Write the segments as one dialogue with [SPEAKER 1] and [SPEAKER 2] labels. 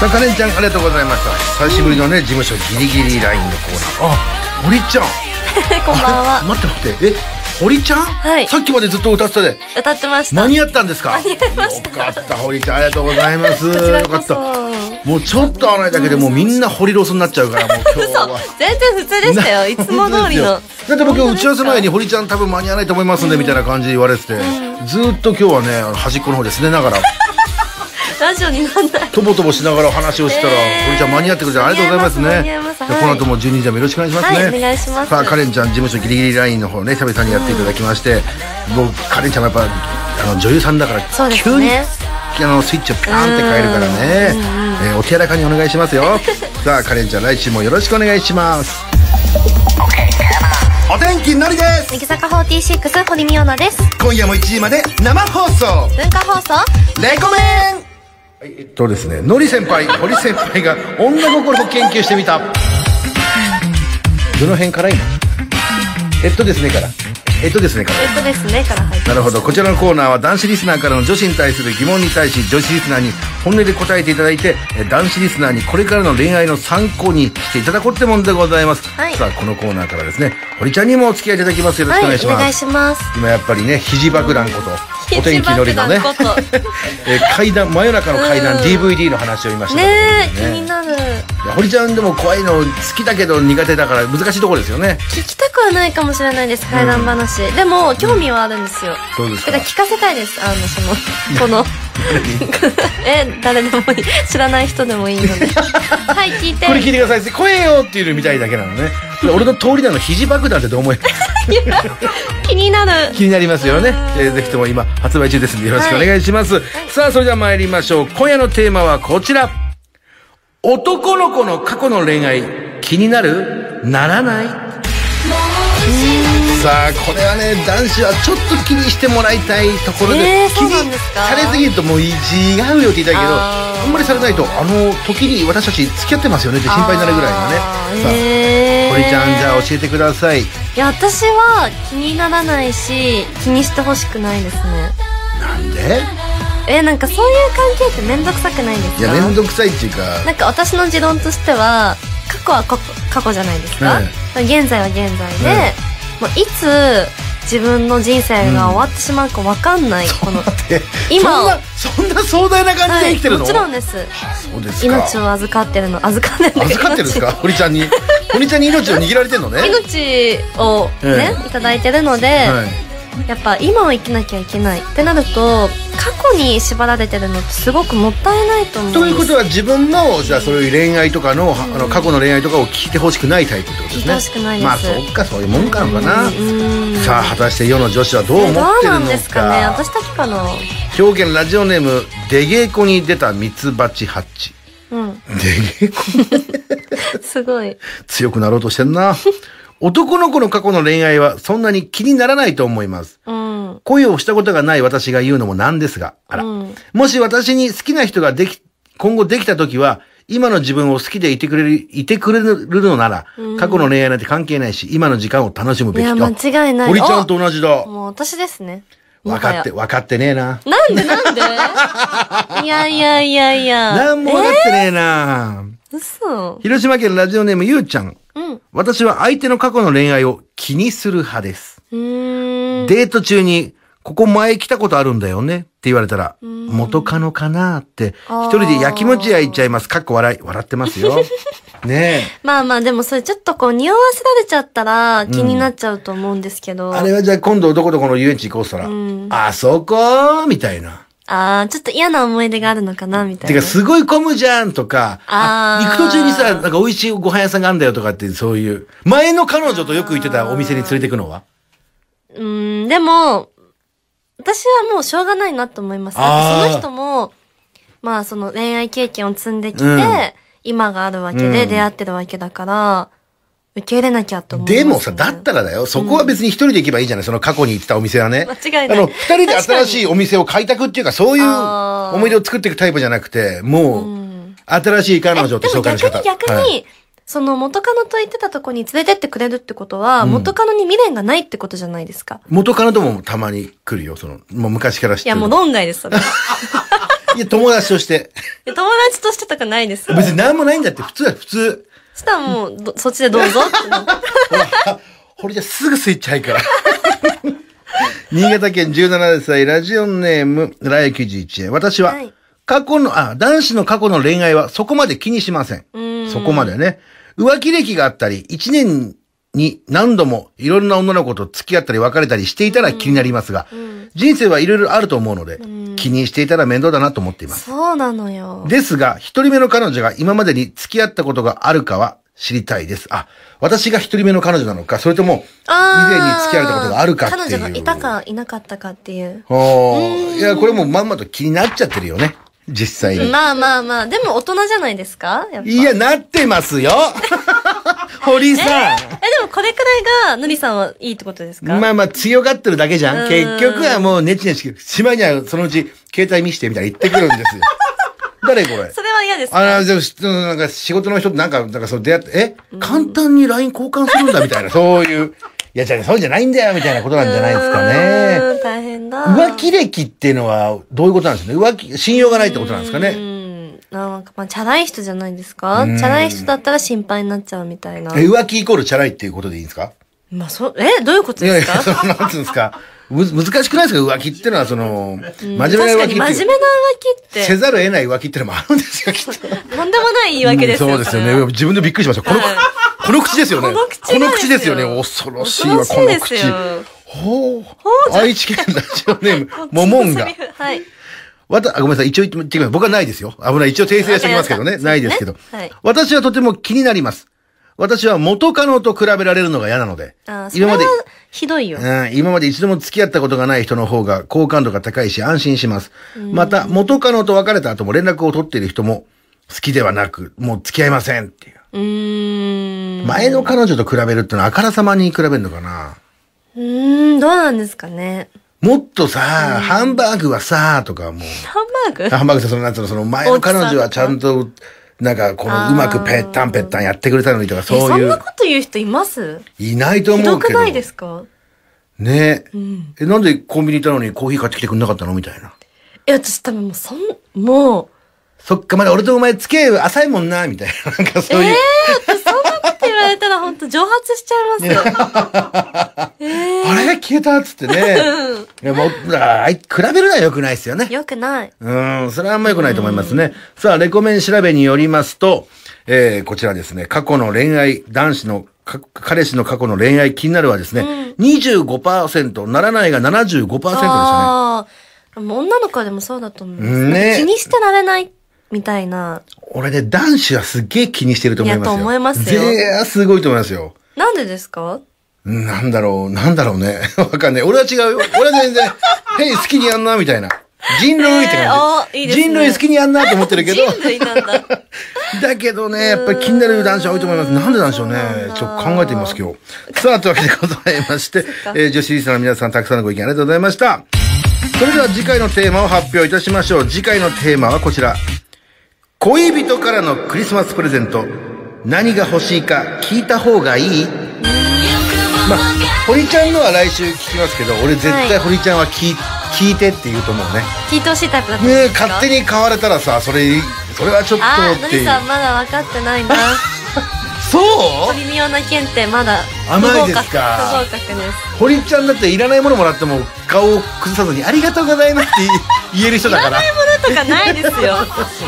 [SPEAKER 1] さあカレンちゃんありがとうございました久しぶりのね事務所ギリギリラインのコーナーあ堀ちゃん
[SPEAKER 2] こんばん
[SPEAKER 1] あれ
[SPEAKER 2] は。
[SPEAKER 1] 待って待ってえ堀ちゃん、
[SPEAKER 2] はい
[SPEAKER 1] さっきまでずっと歌ってたで
[SPEAKER 2] 歌ってました。
[SPEAKER 1] 間に合ったんですか間
[SPEAKER 2] に合いました
[SPEAKER 1] よかった堀ちゃんありがとうございます
[SPEAKER 2] こちら
[SPEAKER 1] よか
[SPEAKER 2] こ
[SPEAKER 1] っ
[SPEAKER 2] そ。
[SPEAKER 1] たもうちょっと会わないだけでもうみんな堀ロスになっちゃうからもう今日
[SPEAKER 2] 嘘
[SPEAKER 1] は。
[SPEAKER 2] 全然普通でし たよ。いつも通りの。
[SPEAKER 1] 本当ですよだって僕打ち合わせ前に堀ちゃん多分間に合わないと思いますんでみたいな感じで言われてて、ずーっと今日はねあの端っこの方で拗ねながら
[SPEAKER 2] ラジオになんない。
[SPEAKER 1] とぼとぼしながらお話をしたら、
[SPEAKER 2] ねー
[SPEAKER 1] 堀ちゃん間に合ってくれてありがとうございますね
[SPEAKER 2] 間に合います間に合います
[SPEAKER 1] じゃあこの後も12時でもよろしくお願いしますね、
[SPEAKER 2] はいお願いします
[SPEAKER 1] さあカレンちゃん事務所ギリギリラインの方ね久々にやっていただきまして、もうカレンちゃんがやっぱあの女優さんだから
[SPEAKER 2] そうですね
[SPEAKER 1] 急にあのスイッチをピカーンって変えるからね、えーお手柔らかにお願いします よさあカレンちゃん来週もよろしくお願いしますお天気のりです
[SPEAKER 2] 乃木坂46堀美央奈です。
[SPEAKER 1] 今夜も1時まで生放送
[SPEAKER 2] 文化放送
[SPEAKER 1] レコメンはいえっとですねのり先輩堀先輩が女心を研究してみたどの辺からいのえっとですねからえっとですねから
[SPEAKER 2] えっとですねから入って。
[SPEAKER 1] なるほどこちらのコーナーは男子リスナーからの女子に対する疑問に対し女子リスナーに本音で答えていただいてえ男子リスナーにこれからの恋愛の参考にしていただこうってもんでございます、
[SPEAKER 2] はい
[SPEAKER 1] さあこのコーナーからですね堀ちゃんにもお付き合いいただきますよろしくお願いします、
[SPEAKER 2] お願いします。
[SPEAKER 1] 今やっぱりね肘爆弾こと お天気のりのね
[SPEAKER 2] 肘爆弾こ
[SPEAKER 1] えー階段真夜中の階段
[SPEAKER 2] うん
[SPEAKER 1] DVD の話を今した
[SPEAKER 2] ね
[SPEAKER 1] ところ
[SPEAKER 2] え、気
[SPEAKER 1] で
[SPEAKER 2] になる。
[SPEAKER 1] いや堀ちゃんでも怖いの好きだけど苦手だから難しいところですよね
[SPEAKER 2] 聞きたくはないかもしれないです、怪談話。でも、興味はあるんですよ。
[SPEAKER 1] そうですか
[SPEAKER 2] だから聞かせたいです、あの、 その、この、 え、誰でもいい。知らない人でもい いので。はい、聞いて。
[SPEAKER 1] これ聞いてください声よっていうみたいだけなの ね俺の通りなの肘爆弾ってどう思います
[SPEAKER 2] 気になる。
[SPEAKER 1] 気になりますよね、えーぜひとも今発売中ですんでよろしくお願いします、さあそれでは参りましょう今夜のテーマはこちら男の子の過去の恋愛気になるならないさあこれはね男子はちょっと気にしてもらいたいところで,、
[SPEAKER 2] えー
[SPEAKER 1] 気
[SPEAKER 2] そうなん
[SPEAKER 1] に
[SPEAKER 2] ですか
[SPEAKER 1] されすぎるともう違うよって言いたいけど
[SPEAKER 2] あ
[SPEAKER 1] あ
[SPEAKER 2] ー
[SPEAKER 1] んまりされないとあの時に私たち付き合ってますよねって心配になるぐらいのねさあ、
[SPEAKER 2] え
[SPEAKER 1] 堀ちゃんじゃあ教えてください
[SPEAKER 2] いや私は気にならないし気にしてほしくないですね
[SPEAKER 1] なんで
[SPEAKER 2] えなんかそういう関係って面倒くさくないですか
[SPEAKER 1] いや面倒くさいっていうか
[SPEAKER 2] なんか私の持論としては過去は過去過去じゃないですか、
[SPEAKER 1] うん
[SPEAKER 2] 現在は現在で、もういつ自分の人生が終わってしまうか分か んない、この
[SPEAKER 1] え
[SPEAKER 2] 今を
[SPEAKER 1] そんなそんな壮大な感じで生きてるの、
[SPEAKER 2] もちろんです
[SPEAKER 1] そうですか
[SPEAKER 2] 命を預かってるの預かってる
[SPEAKER 1] 預かってるんですか堀ちゃんに堀ちゃんに命を握られてんのね
[SPEAKER 2] 命をね、
[SPEAKER 1] え
[SPEAKER 2] いただいてるので、
[SPEAKER 1] はい
[SPEAKER 2] やっぱ今を生きなきゃいけないってなると過去に縛られてるのってすごくもったいないと思うんです
[SPEAKER 1] ということは自分のじゃあそういう恋愛とかの,、あの過去の恋愛とかを聞いてほしくないタイプってことですね
[SPEAKER 2] 聞いてほしくないです
[SPEAKER 1] まあそっかそういうもんかのかな、
[SPEAKER 2] うん
[SPEAKER 1] さあ果たして世の女子はどう思っ
[SPEAKER 2] えどう
[SPEAKER 1] てる
[SPEAKER 2] な
[SPEAKER 1] の
[SPEAKER 2] んですかね
[SPEAKER 1] か
[SPEAKER 2] 私だけかな
[SPEAKER 1] 表現ラジオネーム出稽古に出たミツバチハッチ
[SPEAKER 2] うん
[SPEAKER 1] 出稽古
[SPEAKER 2] すごい
[SPEAKER 1] 強くなろうとしてんな男の子の過去の恋愛はそんなに気にならないと思います
[SPEAKER 2] うん
[SPEAKER 1] 恋をしたことがない私が言うのもなんですがあら、
[SPEAKER 2] うん
[SPEAKER 1] もし私に好きな人ができ、今後できた時は、今の自分を好きでいてくれる、いてくれるのなら、過去の恋愛なんて関係ないし、今の時間を楽しむ
[SPEAKER 2] い
[SPEAKER 1] べき
[SPEAKER 2] や
[SPEAKER 1] と。
[SPEAKER 2] 間違いない
[SPEAKER 1] 堀ちゃんと同じだ
[SPEAKER 2] お。もう私ですね
[SPEAKER 1] 分かって、
[SPEAKER 2] も
[SPEAKER 1] 分かってねえな。
[SPEAKER 2] はやなんでなん でいやいやいやいや
[SPEAKER 1] なんも分かってねえな。
[SPEAKER 2] え嘘
[SPEAKER 1] 広島県ラジオネームゆうちゃん。
[SPEAKER 2] うんう
[SPEAKER 1] 私は相手の過去の恋愛を気にする派です。
[SPEAKER 2] ーん
[SPEAKER 1] デート中に、ここ前来たことあるんだよねって言われたら、元カノかなって、
[SPEAKER 2] あー
[SPEAKER 1] 一人で焼きもち焼いちゃいます。かっこ笑い。笑ってます よ。ねえ。
[SPEAKER 2] まあまあでもそれちょっとこう匂わせられちゃったら気になっちゃうと思うんですけど、
[SPEAKER 1] あれはじゃあ今度どこどこの遊園地行こうっつったら、
[SPEAKER 2] うん
[SPEAKER 1] あそこーみたいな。
[SPEAKER 2] ああ、ちょっと嫌な思い出があるのかな、みた
[SPEAKER 1] て
[SPEAKER 2] いな。
[SPEAKER 1] か、すごい混むじゃんとか、
[SPEAKER 2] あ
[SPEAKER 1] 行
[SPEAKER 2] ー
[SPEAKER 1] く途中にさ、なんか美味しいご飯屋さんがあるんだよとかって、そういう。前の彼女とよく行ってたお店に連れてくのは
[SPEAKER 2] うーん、でも、私はもうしょうがないなと思います。だ
[SPEAKER 1] あー
[SPEAKER 2] ってその人も、まあその恋愛経験を積んできて、
[SPEAKER 1] うん
[SPEAKER 2] 今があるわけで
[SPEAKER 1] うん
[SPEAKER 2] 出会ってるわけだから、受け入れなきゃと思います、
[SPEAKER 1] でもさ、だったらだよ、そこは別に一人で行けばいいじゃない、その過去に行ってたお店はね。
[SPEAKER 2] 間違いない
[SPEAKER 1] あの、二人で新しいお店を開拓っていうか、そういう
[SPEAKER 2] あー
[SPEAKER 1] 思い出を作っていくタイプじゃなくて、もう、
[SPEAKER 2] ん
[SPEAKER 1] 新しい彼
[SPEAKER 2] え
[SPEAKER 1] 女って
[SPEAKER 2] で
[SPEAKER 1] 紹
[SPEAKER 2] も
[SPEAKER 1] 介の
[SPEAKER 2] 逆
[SPEAKER 1] 仕方。
[SPEAKER 2] に逆に、
[SPEAKER 1] はい
[SPEAKER 2] その元カノと行ってたとこに連れてってくれるってことは、
[SPEAKER 1] ん
[SPEAKER 2] 元カノに未練がないってことじゃないですか。
[SPEAKER 1] 元カノともたまに来るよ、その、もう昔から知っ
[SPEAKER 2] い
[SPEAKER 1] てる。
[SPEAKER 2] やもう論外です、それ。
[SPEAKER 1] いや、友達として。
[SPEAKER 2] 友達としてとかないです。
[SPEAKER 1] 別に何もないんだって、普通だ、普通。
[SPEAKER 2] したらもう、どそっちでどうぞっ てなって。
[SPEAKER 1] ほら、あ堀ちゃんすぐスイッチ入るから。新潟県17歳、ラジオネーム、ライ91円。私は
[SPEAKER 2] はい、
[SPEAKER 1] 過去の、あ、男子の過去の恋愛はそこまで気にしません。
[SPEAKER 2] うん
[SPEAKER 1] そこまでね。浮気歴があったり、1年に何度もいろんな女の子と付き合ったり別れたりしていたら気になりますが、人生はいろいろあると思うので、気にしていたら面倒だなと思っています。
[SPEAKER 2] そうなのよ。
[SPEAKER 1] ですが、一人目の彼女が今までに付き合ったことがあるかは知りたいです。あ、私が一人目の彼女なのか、それとも、以
[SPEAKER 2] あー
[SPEAKER 1] 前に付き合われたことがあるかっていう。
[SPEAKER 2] 彼女がいた。かいなかったかっていう。
[SPEAKER 1] おいや、これもうまんまと気になっちゃってるよね。実際に。
[SPEAKER 2] まあまあまあ、でも大人じゃないですかやっぱ
[SPEAKER 1] いや、なってます よ堀井さん、
[SPEAKER 2] え、でもこれくらいが、のりさんはいいってことですか
[SPEAKER 1] まあまあ強がってるだけじゃん。
[SPEAKER 2] うん
[SPEAKER 1] 結局はもうネチネチ、しまいにはそのうち携帯見してみたいな言ってくるんですよ。誰これ
[SPEAKER 2] それは嫌ですか
[SPEAKER 1] あの、でも、しなんか仕事の人となんか、なんかそう出会って、え、簡単に LINE 交換するんだみたいな、そういう。いや、じゃあそうじゃないんだよみたいなことなんじゃないですかね。
[SPEAKER 2] うーん大変だ。
[SPEAKER 1] 浮気歴っていうのはどういうことなんですかね浮気、信用がないってことなんですか
[SPEAKER 2] う
[SPEAKER 1] ね
[SPEAKER 2] ん。なんか、まあ、チャラい人じゃないですかチャラい人だったら心配になっちゃうみたいな
[SPEAKER 1] え。浮気イコールチャラいっていうことでいいんですか
[SPEAKER 2] まあ、そ、え、どういうこと
[SPEAKER 1] いや
[SPEAKER 2] で
[SPEAKER 1] い
[SPEAKER 2] す
[SPEAKER 1] や、
[SPEAKER 2] か
[SPEAKER 1] その、なんていうんですか。む難しくないですか浮気っていうのは、その、真面目な浮気
[SPEAKER 2] 確か
[SPEAKER 1] って
[SPEAKER 2] に
[SPEAKER 1] いう
[SPEAKER 2] 真面目な浮気っ
[SPEAKER 1] せ
[SPEAKER 2] て、
[SPEAKER 1] ざるを得ない浮気っていうのもあるんですよ、きっと。
[SPEAKER 2] なんでもない言い訳ですよ。
[SPEAKER 1] うんそうですよ
[SPEAKER 2] れ
[SPEAKER 1] ね。
[SPEAKER 2] は。
[SPEAKER 1] 自分でびっくりしました。この、
[SPEAKER 2] はい
[SPEAKER 1] この口ですよね。
[SPEAKER 2] この口がですよ
[SPEAKER 1] ですよね。恐ろしいわ、
[SPEAKER 2] 恐
[SPEAKER 1] こ
[SPEAKER 2] ろ
[SPEAKER 1] の
[SPEAKER 2] しいです
[SPEAKER 1] 口
[SPEAKER 2] よ。
[SPEAKER 1] ほう。愛知県ラジオネー ム、モ
[SPEAKER 2] も
[SPEAKER 1] モンガ。
[SPEAKER 2] はい。
[SPEAKER 1] わた、あごめんなさい。一応言ってください。僕はないですよ。危ない。一応訂正はしておきますけどね。
[SPEAKER 2] わかりました
[SPEAKER 1] ないですけど、
[SPEAKER 2] そうですねはい
[SPEAKER 1] 私はとても気になります。私は元カノと比べられるのが嫌なので
[SPEAKER 2] あー、それ
[SPEAKER 1] 今
[SPEAKER 2] は
[SPEAKER 1] まで、
[SPEAKER 2] ひどいよ。
[SPEAKER 1] うん今まで一度も付き合ったことがない人の方が好感度が高いし安心します。また、元カノと別れた後も連絡を取っている人も好きではなく、もう付き合いませんっていう。
[SPEAKER 2] うーん。
[SPEAKER 1] 前の彼女と比べるってのはあからさまに比べるのかな
[SPEAKER 2] うーん、どうなんですかね。
[SPEAKER 1] もっとさ、ハンバーグはさ、と かもう、
[SPEAKER 2] ハンバーグ
[SPEAKER 1] ハンバーグさ、その、なんつうの、その前の彼女はちゃんと、なんか、この、うまくぺったんぺったんやってくれたのにとか、
[SPEAKER 2] え、
[SPEAKER 1] そ
[SPEAKER 2] そう
[SPEAKER 1] い
[SPEAKER 2] ん
[SPEAKER 1] う
[SPEAKER 2] な、こと言う人います
[SPEAKER 1] いないと
[SPEAKER 2] ひ
[SPEAKER 1] 思
[SPEAKER 2] ど
[SPEAKER 1] うけ
[SPEAKER 2] く
[SPEAKER 1] ど。
[SPEAKER 2] ないですか
[SPEAKER 1] ね
[SPEAKER 2] ん
[SPEAKER 1] え、なんでコンビニ行ったのにコーヒー買ってきてくんなかったのみたいな。
[SPEAKER 2] え、私多分もうそん、もう、
[SPEAKER 1] そっか、まだ俺とお前付き合いは浅いもんな、みたいな。 なんかそういう。
[SPEAKER 2] そんなこと言われたら本当蒸発しちゃいますよ。
[SPEAKER 1] あれ消えたっつってね。いや、もう、あい比べるのは良くないですよね。
[SPEAKER 2] よくない。
[SPEAKER 1] うん、それはあんま良くないと思いますね。さあ、レコメン調べによりますと、えー、こちらですね、過去の恋愛、男子の、か彼氏の過去の恋愛気になるはですね、25%、ならないが75%でしたね。
[SPEAKER 2] ああ、もう女の子でもそうだと思います。
[SPEAKER 1] ね
[SPEAKER 2] 気にしてられないみたいな。
[SPEAKER 1] 俺ね、男子はすっげえ気にしてると思いますよ。
[SPEAKER 2] いやと思いますよ
[SPEAKER 1] いや、すごいと思いますよ。
[SPEAKER 2] なんでですか
[SPEAKER 1] うんなんだろう、なんだろうね。 わかんない。俺は違うよ。俺は全然、 へい、好きにやんな、みたいな。人類って
[SPEAKER 2] えー
[SPEAKER 1] 感
[SPEAKER 2] あ
[SPEAKER 1] じ。
[SPEAKER 2] ーいいですね
[SPEAKER 1] 人類好きにやんなと思ってるけど。
[SPEAKER 2] 人類 なんだ。
[SPEAKER 1] だけどね、やっぱり気になる男子は多いと思います。なんでなんでしょうね
[SPEAKER 2] そうなん。だ
[SPEAKER 1] ちょっと考えてみます、今日。さあ、というわけでございま して、えー女子リスナーの皆さん、たくさんのご意見ありがとうございました。それでは次回のテーマを発表いたしましょう。次回のテーマはこちら。恋人からのクリスマスプレゼント。何が欲しいか聞いた方がいいまあ、堀ちゃんのは来週聞きますけど、俺絶
[SPEAKER 2] は
[SPEAKER 1] 対
[SPEAKER 2] い
[SPEAKER 1] 堀ちゃんは聞い聞いてって言うと思うね。
[SPEAKER 2] 聞いてほしいタイプだったん
[SPEAKER 1] ねえ
[SPEAKER 2] ですか
[SPEAKER 1] 勝手に買われたらさ、それ、それはちょっ
[SPEAKER 2] ああ、
[SPEAKER 1] と
[SPEAKER 2] の
[SPEAKER 1] ってい
[SPEAKER 2] り
[SPEAKER 1] う。
[SPEAKER 2] さんまだ分かってないな。
[SPEAKER 1] そう
[SPEAKER 2] 微妙な検定まだ。
[SPEAKER 1] 甘いですか
[SPEAKER 2] 不合格不合格です。
[SPEAKER 1] 堀ちゃんだっていらないものもらっても顔を崩さずに「ありがとうござい ます」って言える人だから
[SPEAKER 2] そういうことかないですよ。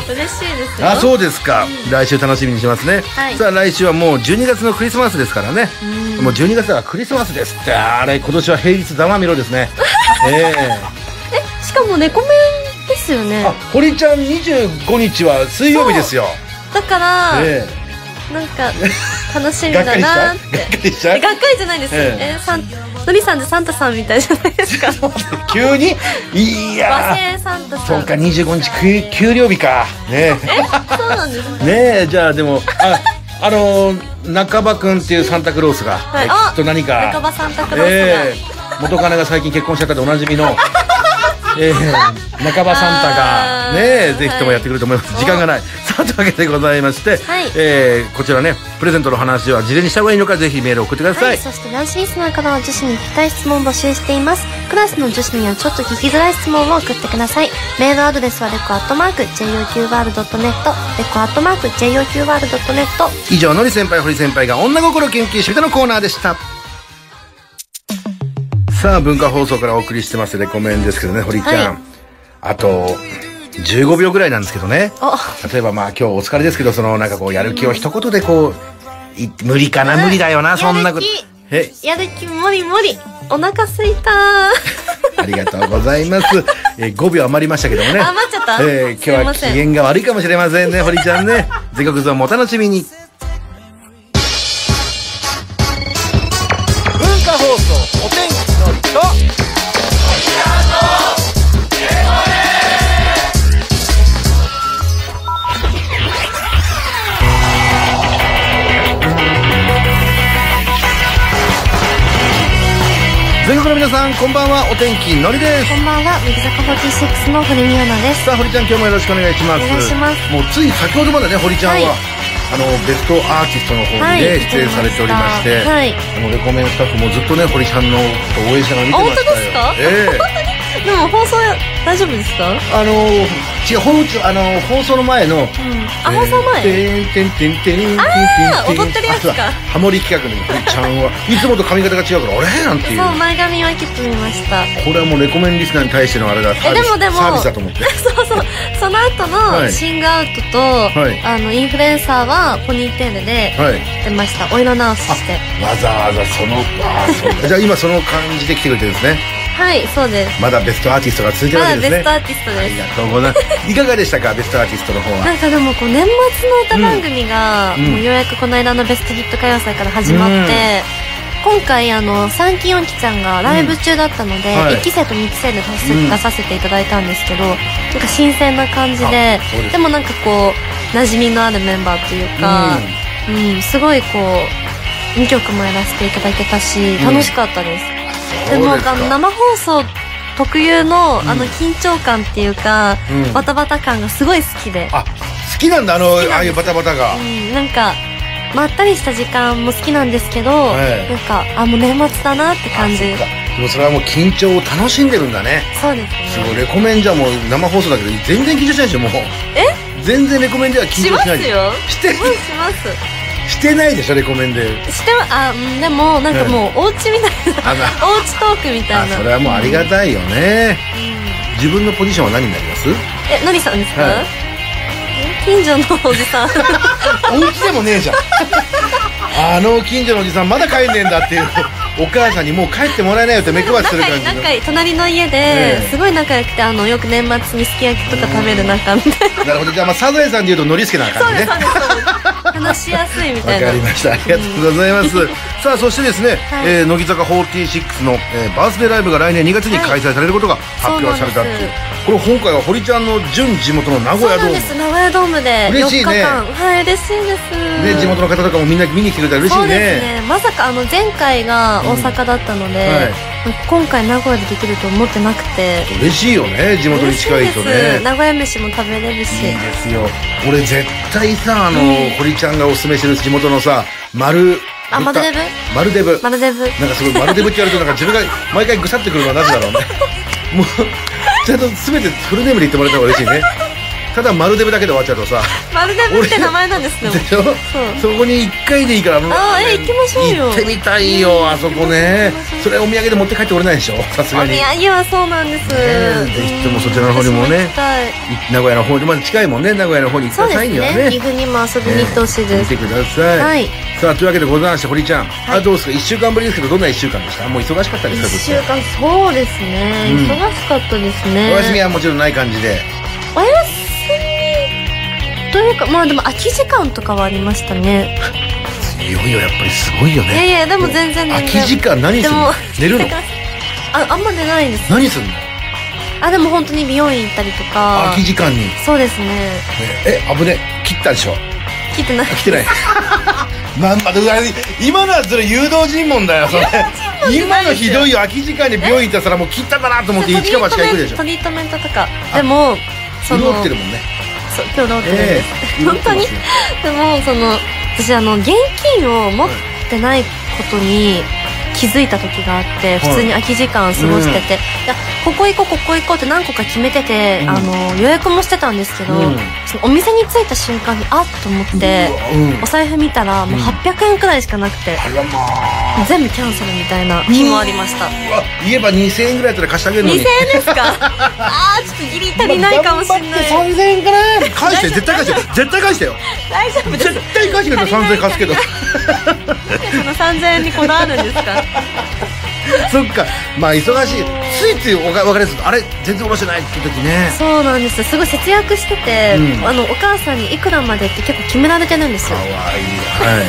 [SPEAKER 2] 嬉しいですよ。
[SPEAKER 1] あそうですか来週楽しみにしますね、
[SPEAKER 2] はい
[SPEAKER 1] さあ来週はもう12月のクリスマスですからねもう12月はクリスマスですってあれ今年は平日ざまみろです ねえ
[SPEAKER 2] え、しかも猫面ですよ
[SPEAKER 1] え
[SPEAKER 2] ね
[SPEAKER 1] あ。堀ちゃん25日は水曜日ですよ、
[SPEAKER 2] だから、
[SPEAKER 1] え
[SPEAKER 2] なんか楽し
[SPEAKER 1] え
[SPEAKER 2] み
[SPEAKER 1] がっか
[SPEAKER 2] だ
[SPEAKER 1] りし
[SPEAKER 2] な
[SPEAKER 1] た
[SPEAKER 2] ーって
[SPEAKER 1] がっかりした
[SPEAKER 2] えがっかりじゃないです、
[SPEAKER 1] え
[SPEAKER 2] え
[SPEAKER 1] え
[SPEAKER 2] ーサンのりさんってサンタさんみたいじゃないです か
[SPEAKER 1] 急にい
[SPEAKER 2] 和
[SPEAKER 1] や
[SPEAKER 2] 製サンタ
[SPEAKER 1] ー
[SPEAKER 2] さ
[SPEAKER 1] そ
[SPEAKER 2] ん
[SPEAKER 1] うか25日給給料日か ねえ
[SPEAKER 2] そうなんですね
[SPEAKER 1] ねえじゃあでもああの中場君っていうサンタクロースが、
[SPEAKER 2] い
[SPEAKER 1] え
[SPEAKER 2] あ
[SPEAKER 1] きっと何か
[SPEAKER 2] 中場サンタクロースが
[SPEAKER 1] ええ元カノが最近結婚したかでおなじみのえー、半ばサンタが
[SPEAKER 2] あー
[SPEAKER 1] ねえ
[SPEAKER 2] はい
[SPEAKER 1] ぜひともやってくると思います、時間がない さあというわけでございまして、
[SPEAKER 2] はい
[SPEAKER 1] えーこちらねプレゼントの話は事前にした方がいいのかぜひメールを送ってください、
[SPEAKER 2] はい、そして男子リスナーからは女子に聞きたい質問を募集していますクラスの女子にはちょっと聞きづらい質問を送ってくださいメールアドレスはレコアットマーク JOQR.net レコアットマーク JOQR.net
[SPEAKER 1] 以上のり先輩堀先輩が女心研究してみたのコーナーでしたさあ文化放送からお送りしてますレコメンですけどね堀ちゃん、
[SPEAKER 2] はい
[SPEAKER 1] あと15秒ぐらいなんですけどね
[SPEAKER 2] お
[SPEAKER 1] 例えばまあ今日お疲れですけどそのなんかこうやる気を一言でこうい無理かな無理だよなそんなこと
[SPEAKER 2] やる
[SPEAKER 1] え
[SPEAKER 2] 気やる気もりもりお腹すいた
[SPEAKER 1] ありがとうございます、えー5秒余りましたけどもね
[SPEAKER 2] あ余っちゃった
[SPEAKER 1] えー今日
[SPEAKER 2] すい
[SPEAKER 1] は
[SPEAKER 2] ません
[SPEAKER 1] 機嫌が悪いかもしれませんね堀ちゃん ね全国ゾーンもお楽しみに文化放送お天気のりと全国の皆さんこんばんはお天気のりです
[SPEAKER 2] こんばんは乃木坂46の堀美央奈です
[SPEAKER 1] さあ堀ちゃん今日もよろしくお願いします
[SPEAKER 2] お願いします
[SPEAKER 1] もうつい先ほどまでね堀ちゃんは、
[SPEAKER 2] はい
[SPEAKER 1] あのベストアーティストの方
[SPEAKER 2] は
[SPEAKER 1] に
[SPEAKER 2] い
[SPEAKER 1] ね、出演されておりまして、
[SPEAKER 2] はい
[SPEAKER 1] あのレコメンスタッフもずっとね堀ちゃんのこと応援しながら見てましたよ
[SPEAKER 2] あ本当
[SPEAKER 1] ええ
[SPEAKER 2] でも放送大丈夫ですかうん
[SPEAKER 1] あの違う放送あの放送の前の
[SPEAKER 2] あ放送前
[SPEAKER 1] てんてんてんてんてんてんてん
[SPEAKER 2] あー踊ってるやつ
[SPEAKER 1] あそ
[SPEAKER 2] か
[SPEAKER 1] うだハモリ企画の堀ちゃ んはいつもと髪型が違うからあれなんていう
[SPEAKER 2] そう前髪は切ってみました
[SPEAKER 1] これはもうレコメンリスナーに対してのあれだサー
[SPEAKER 2] え
[SPEAKER 1] ビ
[SPEAKER 2] で
[SPEAKER 1] ス
[SPEAKER 2] もでも
[SPEAKER 1] サービスだと思って
[SPEAKER 2] そうそうその後
[SPEAKER 1] は
[SPEAKER 2] の
[SPEAKER 1] い
[SPEAKER 2] シングアウトと、
[SPEAKER 1] はい
[SPEAKER 2] あのインフルエンサーはポニーテールで
[SPEAKER 1] はい
[SPEAKER 2] 出ました、お色直しして
[SPEAKER 1] わざわざそのあーそうか じゃあ今その感じで来てくれてるんですね
[SPEAKER 2] はいそうです
[SPEAKER 1] まだベストアーティストが続いてるわ
[SPEAKER 2] まだ
[SPEAKER 1] けですね。
[SPEAKER 2] ベストアーティストです、
[SPEAKER 1] ありがとうございます。いかがでしたか、ベストアーティストの方は。
[SPEAKER 2] なんかでもこう年末の歌番組が、
[SPEAKER 1] うんうん
[SPEAKER 2] もうようやくこの間のベストヒット歌謡祭から始まって、今回あの3期4期ちゃんがライブ中だったので、
[SPEAKER 1] うんはい
[SPEAKER 2] 1期生と2期生で出せ,、
[SPEAKER 1] うん
[SPEAKER 2] 出させていただいたんですけどなんか新鮮な感じで
[SPEAKER 1] あそうです
[SPEAKER 2] でもなんかこう馴染みのあるメンバーというか、うんすごいこう2曲もやらせていただけたし
[SPEAKER 1] うん
[SPEAKER 2] 楽しかったです、
[SPEAKER 1] そう
[SPEAKER 2] で
[SPEAKER 1] で
[SPEAKER 2] もなん
[SPEAKER 1] す
[SPEAKER 2] か
[SPEAKER 1] か
[SPEAKER 2] あの生放送特有のあの緊張感っていうか、
[SPEAKER 1] うん
[SPEAKER 2] バタバタ感がすごい好きで、
[SPEAKER 1] あ、好きなんだ、あの、
[SPEAKER 2] きなんです
[SPEAKER 1] ああいうバタバタが。
[SPEAKER 2] うん、なんかまったりした時間も好きなんですけど、
[SPEAKER 1] はい
[SPEAKER 2] なんかあもう年末だなって感じ
[SPEAKER 1] あそっかでもそれはもう緊張を楽しんでるんだね。
[SPEAKER 2] そうです
[SPEAKER 1] すごい、
[SPEAKER 2] ね
[SPEAKER 1] レコメンじゃもう生放送だけど、全然緊張しないでしょ、もう。え全然レコメンでは緊
[SPEAKER 2] し
[SPEAKER 1] 張
[SPEAKER 2] ま
[SPEAKER 1] し
[SPEAKER 2] す
[SPEAKER 1] ない
[SPEAKER 2] よ
[SPEAKER 1] でしょ。して
[SPEAKER 2] す、ごいします
[SPEAKER 1] してないでしょ、レコメンで。
[SPEAKER 2] してはあうんでもなんかもうお家みたいな
[SPEAKER 1] あの、
[SPEAKER 2] お家トークみた
[SPEAKER 1] あ
[SPEAKER 2] いな
[SPEAKER 1] それはもうありがたいよね。
[SPEAKER 2] うん
[SPEAKER 1] 自分のポジションは何になります
[SPEAKER 2] えのりさんですか、
[SPEAKER 1] はい
[SPEAKER 2] え近所のおじ さん
[SPEAKER 1] お家でもねえじゃん。あの近所のおじさん、まだ帰んねえんだっていう。お母さんにもう帰ってもらえないよって目配りする
[SPEAKER 2] 仲
[SPEAKER 1] 感
[SPEAKER 2] いい
[SPEAKER 1] じの
[SPEAKER 2] 仲いい隣の家
[SPEAKER 1] え
[SPEAKER 2] で
[SPEAKER 1] え
[SPEAKER 2] すごい仲良くてあのよく年末にすき焼きとか食べる仲みたいな
[SPEAKER 1] なるほど。じゃあ、まあ、サザエさんで言うと、ノリスケな
[SPEAKER 2] そう
[SPEAKER 1] 感
[SPEAKER 2] で
[SPEAKER 1] じ
[SPEAKER 2] す
[SPEAKER 1] ね。
[SPEAKER 2] そうですそうです話しやすいみ
[SPEAKER 1] わ
[SPEAKER 2] たいな
[SPEAKER 1] かりました。ありがとうございます。さあ、そしてですね、
[SPEAKER 2] はい
[SPEAKER 1] えー乃木坂46の、えーバースデーライブが来年2月に開催されることが発表されたっていう。
[SPEAKER 2] そうなんで
[SPEAKER 1] これ、今回は堀ちゃんの準地元の名古
[SPEAKER 2] そう
[SPEAKER 1] 屋ドー
[SPEAKER 2] なん
[SPEAKER 1] ム。
[SPEAKER 2] です名古屋ドームで4
[SPEAKER 1] 嬉しいね
[SPEAKER 2] 日間、はい嬉しいです
[SPEAKER 1] ね、地元の方とかもみんな見に来てくれたら嬉しい
[SPEAKER 2] そう
[SPEAKER 1] ね。
[SPEAKER 2] ですねまさかあの前回が大阪だったので、
[SPEAKER 1] はい
[SPEAKER 2] 今回名古屋でできると思ってなくて
[SPEAKER 1] 嬉しいよね、地元に
[SPEAKER 2] 嬉しい
[SPEAKER 1] 近い
[SPEAKER 2] です
[SPEAKER 1] とね。
[SPEAKER 2] 名古屋飯も食べれるし
[SPEAKER 1] いいですよ俺絶対さあの、堀ちゃんがおすすめしてる地元のさ丸
[SPEAKER 2] あ
[SPEAKER 1] ぶっ
[SPEAKER 2] 丸
[SPEAKER 1] た
[SPEAKER 2] デブ
[SPEAKER 1] 丸デブ
[SPEAKER 2] マルデブ
[SPEAKER 1] なんかすごい丸デブって言われるとなんか自分が毎回ぐさってくるのはなぜだろうねもうちゃんと全てフルネームで言ってもらった方が嬉しいねただ丸デブだけで終わっちゃうとさ
[SPEAKER 2] マルデブって名前なんですね
[SPEAKER 1] でしょそこに1回でいいからあの
[SPEAKER 2] あーえ行きましょうよ
[SPEAKER 1] 行ってみたいよあそこねそれお土産で持って帰ってこれないでしょさすが
[SPEAKER 2] お土
[SPEAKER 1] に
[SPEAKER 2] 産はそうなんです、
[SPEAKER 1] えぜひともそちらの方にもね
[SPEAKER 2] うん私行きたい
[SPEAKER 1] 名古屋の方にまだ近いもんね名古屋の方に行っ
[SPEAKER 2] そ
[SPEAKER 1] た
[SPEAKER 2] うで
[SPEAKER 1] 際
[SPEAKER 2] す
[SPEAKER 1] には
[SPEAKER 2] ね岐阜にも遊びに行ってほしいで
[SPEAKER 1] 見
[SPEAKER 2] す、
[SPEAKER 1] てください、
[SPEAKER 2] はい
[SPEAKER 1] さあというわけでございまして堀ちゃん、
[SPEAKER 2] い
[SPEAKER 1] あどうですか1週間ぶりですけどどんな1週間でしたもう忙しかったで
[SPEAKER 2] 一
[SPEAKER 1] す
[SPEAKER 2] 週
[SPEAKER 1] か
[SPEAKER 2] 間そうですね、
[SPEAKER 1] うん
[SPEAKER 2] 忙しかったです
[SPEAKER 1] お
[SPEAKER 2] ね
[SPEAKER 1] 休みはもちろんない感じで
[SPEAKER 2] お休みというかまあでも空き時間とかはありましたね
[SPEAKER 1] 強いよやっぱりすごいよ
[SPEAKER 2] いやい
[SPEAKER 1] ね
[SPEAKER 2] やでも全然全然
[SPEAKER 1] 空き時間何す
[SPEAKER 2] で
[SPEAKER 1] る
[SPEAKER 2] も
[SPEAKER 1] の寝るの
[SPEAKER 2] ああんま寝ないです
[SPEAKER 1] 何するの
[SPEAKER 2] あでも本当に美容院行ったりとか
[SPEAKER 1] 空き時間に
[SPEAKER 2] そうですね
[SPEAKER 1] ええ危ね切ったでしょ
[SPEAKER 2] 来 てない
[SPEAKER 1] 来てないまんまと今のはそれ誘導尋問だよそれ
[SPEAKER 2] んな
[SPEAKER 1] 今のひどいよ空き時間に病院行ったらもう切っただなと思って一か八か行くでしょ
[SPEAKER 2] トリートメントとかでもその
[SPEAKER 1] 潤ってるもんね
[SPEAKER 2] そう今日ローテルです、
[SPEAKER 1] ええ
[SPEAKER 2] 本当に
[SPEAKER 1] 潤ってま
[SPEAKER 2] でもその私あの現金を持ってないことに気づいた時があって、普通に空き時間過ごしてて、いやここ行こうここ行こうって何個か決めてて、
[SPEAKER 1] うん
[SPEAKER 2] あの予約もしてたんですけど、
[SPEAKER 1] うん
[SPEAKER 2] そのお店に着いた瞬間にあっと思って
[SPEAKER 1] うわうん
[SPEAKER 2] お財布見たらもう800円くらいしかなくて、
[SPEAKER 1] あらまあ
[SPEAKER 2] 全部キャンセルみたいな日もありました、
[SPEAKER 1] うわ言えば2000円ぐらいだったら貸してあげるの
[SPEAKER 2] 2000
[SPEAKER 1] に
[SPEAKER 2] 円です かあーちょっとギリ足りないかもしれない
[SPEAKER 1] 頑張って3000円からい返して絶対返して よ絶対返してよ
[SPEAKER 2] 大丈夫です
[SPEAKER 1] 絶対返してくれたら3000円貸す けど
[SPEAKER 2] なんでその3000円にこだわるんですか
[SPEAKER 1] そっかまあ忙しいついついおか別れするとあれ全然おばしてないって時ね
[SPEAKER 2] そうなんですすごい節約してて、
[SPEAKER 1] うん
[SPEAKER 2] あのお母さんにいくらまでって結構決められてるんです
[SPEAKER 1] か
[SPEAKER 2] よ
[SPEAKER 1] わいいは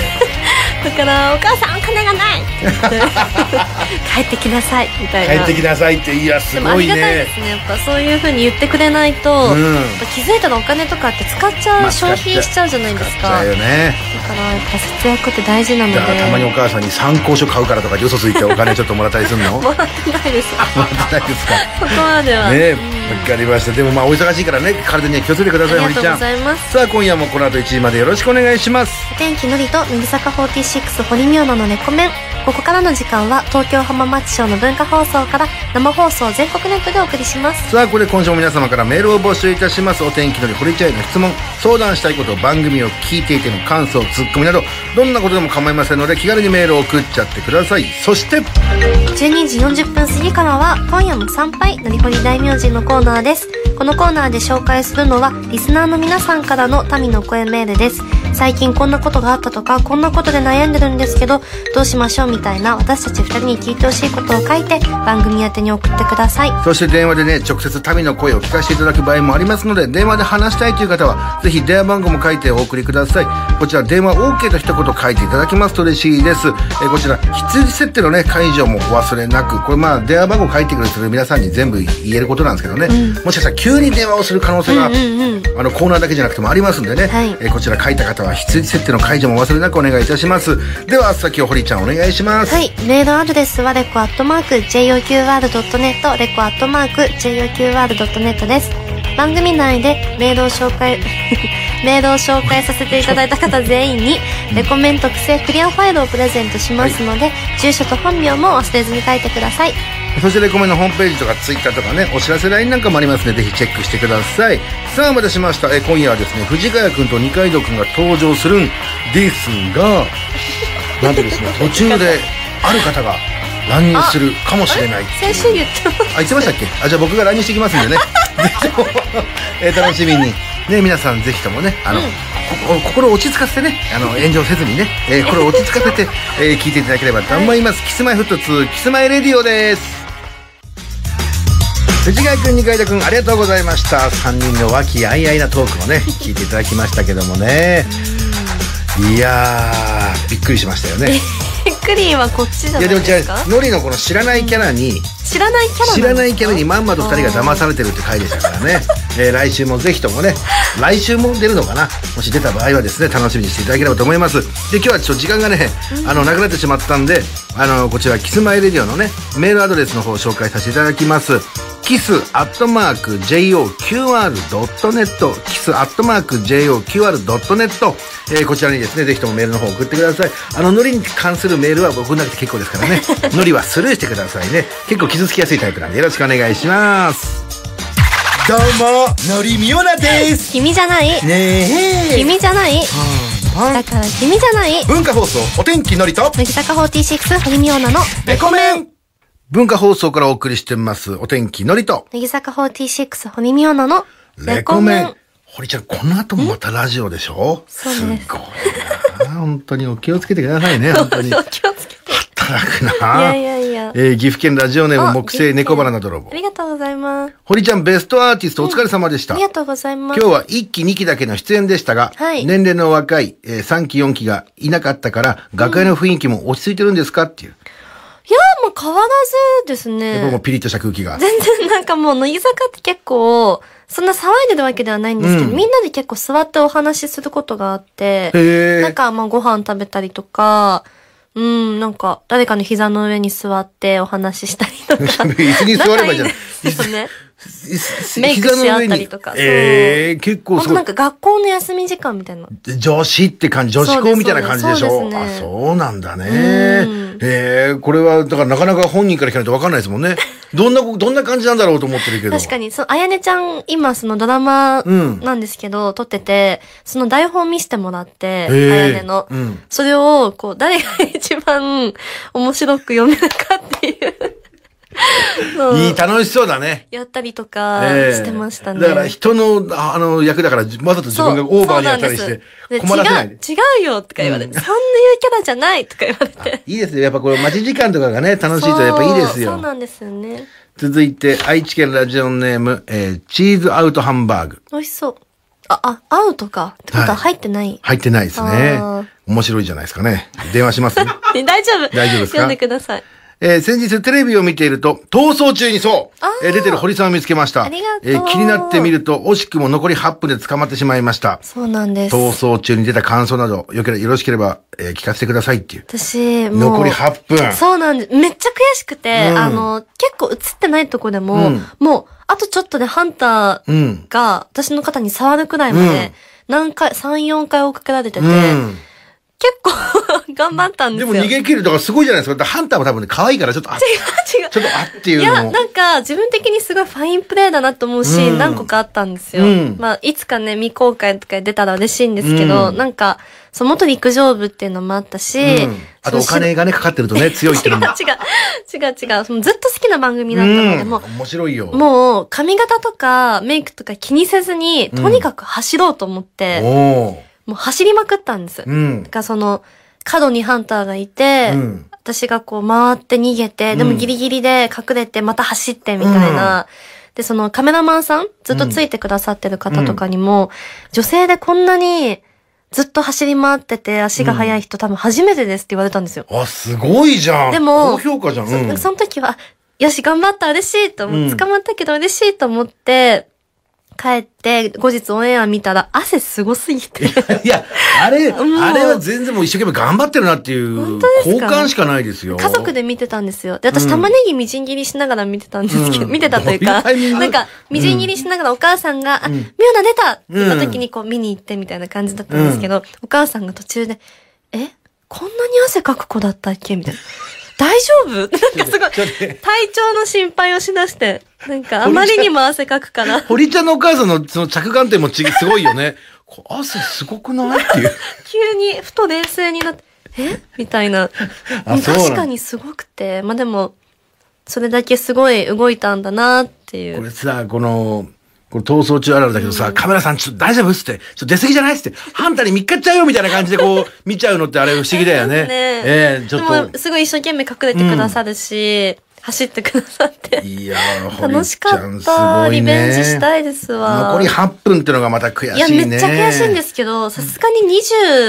[SPEAKER 2] だから「お母さんお金がない!」 って言って「帰ってきなさい」みたいない
[SPEAKER 1] 帰ってきなさいっていや
[SPEAKER 2] ですもあ
[SPEAKER 1] ご
[SPEAKER 2] り
[SPEAKER 1] い
[SPEAKER 2] がたいで
[SPEAKER 1] ね
[SPEAKER 2] すねやっぱそういうふうに言ってくれないと、
[SPEAKER 1] うん
[SPEAKER 2] やっぱ気づいたらお金とかって使っちゃう、
[SPEAKER 1] まあ使っちゃ
[SPEAKER 2] 消
[SPEAKER 1] う
[SPEAKER 2] 費しちゃうじゃないですか
[SPEAKER 1] だよね
[SPEAKER 2] だからやっぱ節約って大事なので
[SPEAKER 1] だからたまにお母さんに参考書買うからとかよそついてお金ちょっともらったりするの も
[SPEAKER 2] もらってないです
[SPEAKER 1] らってないですか
[SPEAKER 2] そこまでは、
[SPEAKER 1] ねわかりましたでもまあお忙しいからね体には気をつけてください
[SPEAKER 2] あ
[SPEAKER 1] 堀
[SPEAKER 2] りが
[SPEAKER 1] ち
[SPEAKER 2] とう
[SPEAKER 1] ゃ
[SPEAKER 2] ご
[SPEAKER 1] ん
[SPEAKER 2] ざいます
[SPEAKER 1] さあ今夜もこの後1時までよろしくお願いします
[SPEAKER 2] お天気のりと乃木坂46堀美央奈のレコメンここからの時間は東京浜松町の文化放送から生放送全国ネットでお送りします
[SPEAKER 1] さあこれ今週も皆様からメールを募集いたしますお天気のり堀ちゃんへの質問相談したいこと番組を聞いていての感想ツッコミなどどんなことでも構いませんので気軽にメールを送っちゃってくださいそして
[SPEAKER 2] 12時40分過ぎからは今夜も参拝のりほり大名人のコーナーですこのコーナーで紹介するのはリスナーの皆さんからの民の声メールです最近こんなことがあったとかこんなことで悩んでるんですけどどうしましょうみたいな私たち二人に聞いてほしいことを書いて番組宛てに送ってください
[SPEAKER 1] そして電話でね直接民の声を聞かせていただく場合もありますので電話で話したいという方はぜひ電話番号も書いてお送りくださいこちら電話 OK と一言書いていただきますと嬉しいです、えーこちら必設定のね解除もお忘れなくこれまあ電話番号書いてくれてる皆さんに全部言えることなんですけどね、もしかしたら急に電話をする可能性が、あのコーナーだけじゃなくてもありますんでね、
[SPEAKER 2] はい
[SPEAKER 1] えーこちら書いた方は必設定の解除もお忘れなくお願いいたしますでは先を堀ちゃんお願いします
[SPEAKER 2] はい、メールアドレスはレコアットマーク JOQR.net レコアットマーク JOQR.net です番組内でメールを紹介 メールを紹介させていただいた方全員にレコメン特製クリアファイルをプレゼントしますので、住所と本名も忘れずに書いてください
[SPEAKER 1] そしてレコメンのホームページとかツイッターとかね、お知らせ LINE なんかもありますので、ぜひチェックしてください。さあ、お待たせしました。え今夜はですね、藤ヶ谷くんと二階堂くんが登場するんですが、なんとですね、途中である方が乱入するかもしれないっていう
[SPEAKER 2] 先週言ってます
[SPEAKER 1] あ、言ってましたっけあ、じゃあ僕が乱入してきますんでね。 ぜひとも、えー楽しみに。ね、皆さんぜひともね、あの、ここ心を落ち着かせてね、あの、炎上せずにね、えー、これを落ち着かせて、えー聞いていただければと思います。キスマイフット2、キスマイレディオです。藤ヶ谷君、二階堂君、ありがとうございました。3人の和気あいあいなトークもね、聞いていただきましたけどもね。いやー、びっくりしましたよね。
[SPEAKER 2] クリーンはこっちじゃ
[SPEAKER 1] い
[SPEAKER 2] な
[SPEAKER 1] や、
[SPEAKER 2] い
[SPEAKER 1] で
[SPEAKER 2] で
[SPEAKER 1] も違
[SPEAKER 2] すか
[SPEAKER 1] う、ノリのこの知らないキャラに、
[SPEAKER 2] 知らないキャラなんですか
[SPEAKER 1] 知らないキャラにまんまと2人が騙されてるって回でしたからね、 えー来週もぜひともね来週も出るのかなもし出た場合はですね楽しみにしていただければと思いますで今日はちょっと時間がねあのなくなってしまったんであのこちらキスマイレディオのねメールアドレスの方を紹介させていただきますキスアットマーク JOQR.net キスアットマーク JOQR.net、えーこちらにですねぜひともメールの方送ってくださいあのノリに関するメールは僕なくて結構ですからねノリはスルーしてくださいね結構傷つきやすいタイプなんでよろしくお願いしますどうもノリミオナです
[SPEAKER 2] 君じゃない
[SPEAKER 1] ね
[SPEAKER 2] 君じゃないだから君じゃない
[SPEAKER 1] 文化放送お天気のりと
[SPEAKER 2] 乃木坂46堀美央奈の
[SPEAKER 1] レコメン文化放送からお送りしてますお天気のりと
[SPEAKER 2] 乃木坂46堀美央奈の
[SPEAKER 1] レコメン。堀ちゃん、この後もまたラジオでしょす
[SPEAKER 2] そうです
[SPEAKER 1] ごいな。本当にお気をつけてくださいね、本当に。
[SPEAKER 2] 気をつけて
[SPEAKER 1] 働く
[SPEAKER 2] い
[SPEAKER 1] な。
[SPEAKER 2] やいやいや
[SPEAKER 1] えー岐阜県ラジオネーム木
[SPEAKER 2] あ
[SPEAKER 1] 星猫バナナ泥棒
[SPEAKER 2] あ。りがとうございます
[SPEAKER 1] 堀ちゃん、ベストアーティストお疲れ様でした。
[SPEAKER 2] ありがとうございます
[SPEAKER 1] 今日は1期2期だけの出演でしたが、
[SPEAKER 2] はい
[SPEAKER 1] 年齢の若い、えー3期4期がいなかったから、楽屋の雰囲気も落ち着いてるんですかっていう。
[SPEAKER 2] いやもう変わらずです
[SPEAKER 1] やっぱもう
[SPEAKER 2] ね
[SPEAKER 1] ピリッとした空気が。
[SPEAKER 2] 全然なんかもう乃木坂って結構そんな騒いでるわけではないんですけど、
[SPEAKER 1] うん
[SPEAKER 2] みんなで結構座ってお話しすることがあって
[SPEAKER 1] へー
[SPEAKER 2] なんかまあご飯食べたりとかうん、なんか、誰かの膝の上に座ってお話ししたりとか。
[SPEAKER 1] 椅子に座ればいいじゃん
[SPEAKER 2] 仲ですよね。メイク
[SPEAKER 1] 膝
[SPEAKER 2] し合
[SPEAKER 1] の
[SPEAKER 2] っ
[SPEAKER 1] 上
[SPEAKER 2] た
[SPEAKER 1] に
[SPEAKER 2] りとかそう
[SPEAKER 1] ええ結構
[SPEAKER 2] ほん
[SPEAKER 1] すご
[SPEAKER 2] とないん。か学校の休み時間みたいな。
[SPEAKER 1] 女子って感じ、女子校みたいな感じでし
[SPEAKER 2] そう
[SPEAKER 1] ょ
[SPEAKER 2] ですそうです
[SPEAKER 1] あ、
[SPEAKER 2] そうですね
[SPEAKER 1] そうなんだね。
[SPEAKER 2] うん
[SPEAKER 1] ええこれは、だからなかなか本人から聞かないとわかんないですもんね。どんな、どんな感じなんだろうと思ってるけど。
[SPEAKER 2] 確かに、そう、あやねちゃん、今そのドラマ
[SPEAKER 1] うん
[SPEAKER 2] なんですけど、撮ってて、その台本見せてもらって、あ
[SPEAKER 1] ええ
[SPEAKER 2] やねの。
[SPEAKER 1] うん。
[SPEAKER 2] それを、こう、誰が一番面白く読めるかっていう のを
[SPEAKER 1] いい、楽しそうだね。
[SPEAKER 2] やったりとか
[SPEAKER 1] ええ
[SPEAKER 2] してましたね。
[SPEAKER 1] だから人の、ああの、役だから、わざと自分がオーバーにやったりして
[SPEAKER 2] そう、
[SPEAKER 1] 困
[SPEAKER 2] そう
[SPEAKER 1] らせな
[SPEAKER 2] なん
[SPEAKER 1] い
[SPEAKER 2] で。
[SPEAKER 1] です
[SPEAKER 2] 違う、違うよとか言われて、そんな言うキャラじゃないとか言われて。
[SPEAKER 1] いいですね。やっぱこれ待ち時間とかがね、楽しいとやっぱいいです
[SPEAKER 2] そうそうな
[SPEAKER 1] よ。
[SPEAKER 2] んですよね。
[SPEAKER 1] 続いて、愛知県ラジオネーム、えーチーズアウトハンバーグ。
[SPEAKER 2] 美味しそう。あ、あ、合うとか。ってことは入ってない。
[SPEAKER 1] 入ってないです
[SPEAKER 2] あ
[SPEAKER 1] ね。面白いじゃないですかね。電話しますね。
[SPEAKER 2] え大丈夫。
[SPEAKER 1] 大丈夫ですか
[SPEAKER 2] 読んでください。
[SPEAKER 1] えー先日テレビを見ていると、逃走中にそう
[SPEAKER 2] あー
[SPEAKER 1] えー出てる堀さんを見つけました。
[SPEAKER 2] ありがとう
[SPEAKER 1] えー気になってみると、惜しくも残り8分で捕まってしまいました。
[SPEAKER 2] そうなんです。
[SPEAKER 1] 逃走中に出た感想など、よけれよろしければ、えー聞かせてくださいっていう。
[SPEAKER 2] 私、もう。
[SPEAKER 1] 残り8分。
[SPEAKER 2] そうなんです。めっちゃ悔しくて、
[SPEAKER 1] うん
[SPEAKER 2] あの、結構映ってないとこでも、
[SPEAKER 1] うん
[SPEAKER 2] もう、あとちょっとでハンタ
[SPEAKER 1] う
[SPEAKER 2] ー
[SPEAKER 1] ん。
[SPEAKER 2] が私の肩に触るくらいま
[SPEAKER 1] うん
[SPEAKER 2] で、何回、3、4回追っかけられてて、
[SPEAKER 1] うん。
[SPEAKER 2] 結構 頑張ったんで
[SPEAKER 1] です
[SPEAKER 2] よ。
[SPEAKER 1] も逃げ切るとかすごいじゃないですか。だってハンターも多分ね、可愛いからちょっと、あ、ち
[SPEAKER 2] 違う違う
[SPEAKER 1] ょ。っとあってい
[SPEAKER 2] いうや、
[SPEAKER 1] のを。
[SPEAKER 2] なんか、自分的にすごいファインプレーだなと思うシー
[SPEAKER 1] うん
[SPEAKER 2] ン何個かあったんですよ。
[SPEAKER 1] うん
[SPEAKER 2] まあ、いつかね、未公開とかに出たら嬉しいんですけど、
[SPEAKER 1] うん
[SPEAKER 2] なんか、その元陸上部っていうのもあったし、
[SPEAKER 1] うんあとお
[SPEAKER 2] その
[SPEAKER 1] 金がね、かかってるとね、強いって
[SPEAKER 2] 違
[SPEAKER 1] いううのも。
[SPEAKER 2] 違う違う違う。そのずっと好きな番組だったので、
[SPEAKER 1] うん
[SPEAKER 2] も
[SPEAKER 1] 面白いよ。
[SPEAKER 2] う、もう髪型とかメイクとか気にせずに、
[SPEAKER 1] うん
[SPEAKER 2] とにかく走ろうと思って、
[SPEAKER 1] おー
[SPEAKER 2] もう走りまくったんです。
[SPEAKER 1] うん
[SPEAKER 2] だ。からその、角にハンターがいて、
[SPEAKER 1] うん
[SPEAKER 2] 私がこう回って逃げて、で
[SPEAKER 1] う
[SPEAKER 2] も
[SPEAKER 1] ん
[SPEAKER 2] ギリギリで隠れてまた走ってみたいな。で、そのカメラマンさん、ずっとついてくださってる方とかにも、女性でこんなにずっと走り回ってて足が速い人多分初めてですって言われたんですよ。
[SPEAKER 1] あ、すごいじゃん。
[SPEAKER 2] でも
[SPEAKER 1] 高評価じゃん。
[SPEAKER 2] そ
[SPEAKER 1] うん
[SPEAKER 2] その時は、よし、頑張った、嬉しいと思っ
[SPEAKER 1] うん
[SPEAKER 2] て、捕まったけど嬉しいと思って、帰って、後日オンエア見たら、汗すごすぎて。
[SPEAKER 1] いや、あれ、
[SPEAKER 2] うん
[SPEAKER 1] あれは全然もう一生懸命頑張ってるなっていう
[SPEAKER 2] 本当、で
[SPEAKER 1] 好
[SPEAKER 2] すか
[SPEAKER 1] 感しかないですよ。
[SPEAKER 2] 家族で見てたんですよ。で、
[SPEAKER 1] う
[SPEAKER 2] 私
[SPEAKER 1] ん
[SPEAKER 2] 玉ねぎみじん切りしながら見てたんですけど、
[SPEAKER 1] うん
[SPEAKER 2] 見てたという か、
[SPEAKER 1] どういうタイミング
[SPEAKER 2] なんか、みじん切りしながらお母さんが、あ、
[SPEAKER 1] うん
[SPEAKER 2] ミオナ出たって言った時にこう見に行ってみたいな感じだったんですけど、お母さんが途中で、えこんなに汗かく子だったっけみたいな。大丈夫なんかすご
[SPEAKER 1] ちょ
[SPEAKER 2] い、
[SPEAKER 1] っと待って
[SPEAKER 2] 体調の心配をしだして、なんかあまりにも汗かくから。
[SPEAKER 1] 堀ちゃんのお母さんのその着眼点もちすごいよね。こう汗すごくないっていう。
[SPEAKER 2] 急にふと冷静になって、えみたいな。
[SPEAKER 1] あそうなん
[SPEAKER 2] 確かにすごくて、まあでも、それだけすごい動いたんだなってい
[SPEAKER 1] こ
[SPEAKER 2] う。
[SPEAKER 1] れさ、この、これ逃走中あるあるだけどさ、カメラさんちょっと大丈夫っつって、ちょっと出過ぎじゃないっつって、ハンターに見っかっちゃうよみたいな感じでこう、見ちゃうのってあれ不思議だよね。ええちょっ
[SPEAKER 2] でも、すごい一生懸命隠れてくださるし、走ってくださって
[SPEAKER 1] と。。いやー、
[SPEAKER 2] 楽
[SPEAKER 1] 堀
[SPEAKER 2] し
[SPEAKER 1] ち
[SPEAKER 2] か
[SPEAKER 1] ゃん
[SPEAKER 2] っ
[SPEAKER 1] すご
[SPEAKER 2] た。リ
[SPEAKER 1] いね。
[SPEAKER 2] ベンジしたいですわ。
[SPEAKER 1] 残り8分ってのがまた悔しい
[SPEAKER 2] い
[SPEAKER 1] ね。
[SPEAKER 2] や、めっちゃ悔しいんですけど、さすがに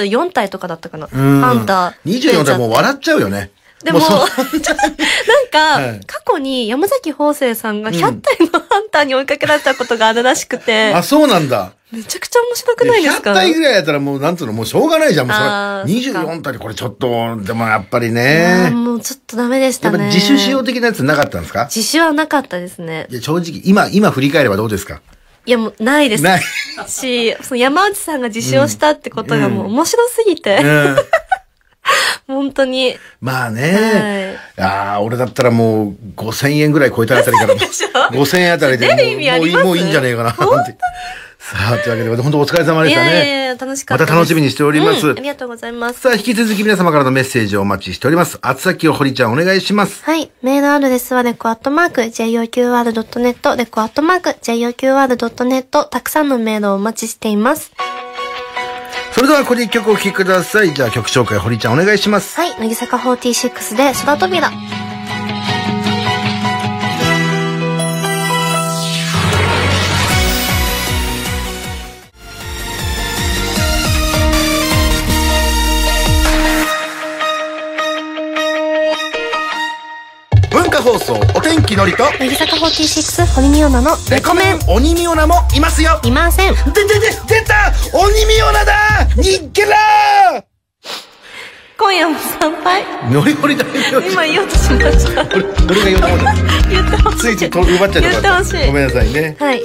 [SPEAKER 2] 24体とかだったかな。
[SPEAKER 1] うん。
[SPEAKER 2] ハンター。
[SPEAKER 1] 24でもう笑っちゃうよね。
[SPEAKER 2] でも、
[SPEAKER 1] う
[SPEAKER 2] ち
[SPEAKER 1] そう
[SPEAKER 2] ょっと なんか、
[SPEAKER 1] はい
[SPEAKER 2] 過去に山崎邦生さんが
[SPEAKER 1] うん
[SPEAKER 2] 100体のハンターに追いかけられたことがあるらしくて、
[SPEAKER 1] あ、そうなんだ。
[SPEAKER 2] めちゃくちゃ面白くないですか
[SPEAKER 1] 100体ぐらいやったらもう、なんつうの、もうしょうがないじゃん。もうそれ
[SPEAKER 2] あーそっか
[SPEAKER 1] 24体でこれちょっと、でもやっぱり
[SPEAKER 2] あー
[SPEAKER 1] ね。
[SPEAKER 2] もうちょっとダメでし
[SPEAKER 1] や
[SPEAKER 2] た
[SPEAKER 1] っぱ
[SPEAKER 2] ね。
[SPEAKER 1] 自主使用的なやつなかったんですか
[SPEAKER 2] 自主はなかったですね
[SPEAKER 1] い。や、正直、今、今振り返ればどうですか
[SPEAKER 2] いや、もうないです。
[SPEAKER 1] ない。
[SPEAKER 2] し、その山内さんが自主をしたってことがもう面白すぎて、
[SPEAKER 1] うん。
[SPEAKER 2] 本当に。
[SPEAKER 1] まあね。ああ、俺だったらもう、5000円ぐらい超えたあたりから、
[SPEAKER 2] でしょ
[SPEAKER 1] 5000円あたりでも
[SPEAKER 2] 出る意味あ
[SPEAKER 1] う、
[SPEAKER 2] り
[SPEAKER 1] も
[SPEAKER 2] ま
[SPEAKER 1] う、
[SPEAKER 2] す
[SPEAKER 1] もういいんじゃねえかな、なんて。さあ、というわけで、本当お疲れ様で
[SPEAKER 2] い
[SPEAKER 1] したね。
[SPEAKER 2] やいやいや、楽しかった
[SPEAKER 1] ま
[SPEAKER 2] です。
[SPEAKER 1] た楽しみにしております
[SPEAKER 2] うんありがとうございます。
[SPEAKER 1] さあ、引き続き皆様からのメッセージをお待ちしております。厚先を堀ちゃんお願いします。
[SPEAKER 2] はい。メールアドレスはレコアットマーク、JOQR.net、レコアットマーク、JOQR.net、たくさんのメールをお待ちしています。
[SPEAKER 1] それでは、ここで一曲お聴きください。じゃあ、曲紹介、堀ちゃんお願いします。
[SPEAKER 2] はい。乃木坂46で空扉。
[SPEAKER 1] 文化放送、お天気のりと、
[SPEAKER 2] 乃木坂46、堀美央奈の
[SPEAKER 1] レコメン、鬼ミオナもいますよ
[SPEAKER 2] いません。
[SPEAKER 1] で、で、で、出た鬼ミオナだニッケラー
[SPEAKER 2] 今夜も参拝。
[SPEAKER 1] ノリノリ大名人
[SPEAKER 2] 今言おうとしました
[SPEAKER 1] 俺俺が言おうと思った
[SPEAKER 2] 言ってほしい
[SPEAKER 1] ついついと奪っちゃうとこだ
[SPEAKER 2] 言ってほしい
[SPEAKER 1] ごめんなさいね
[SPEAKER 2] はい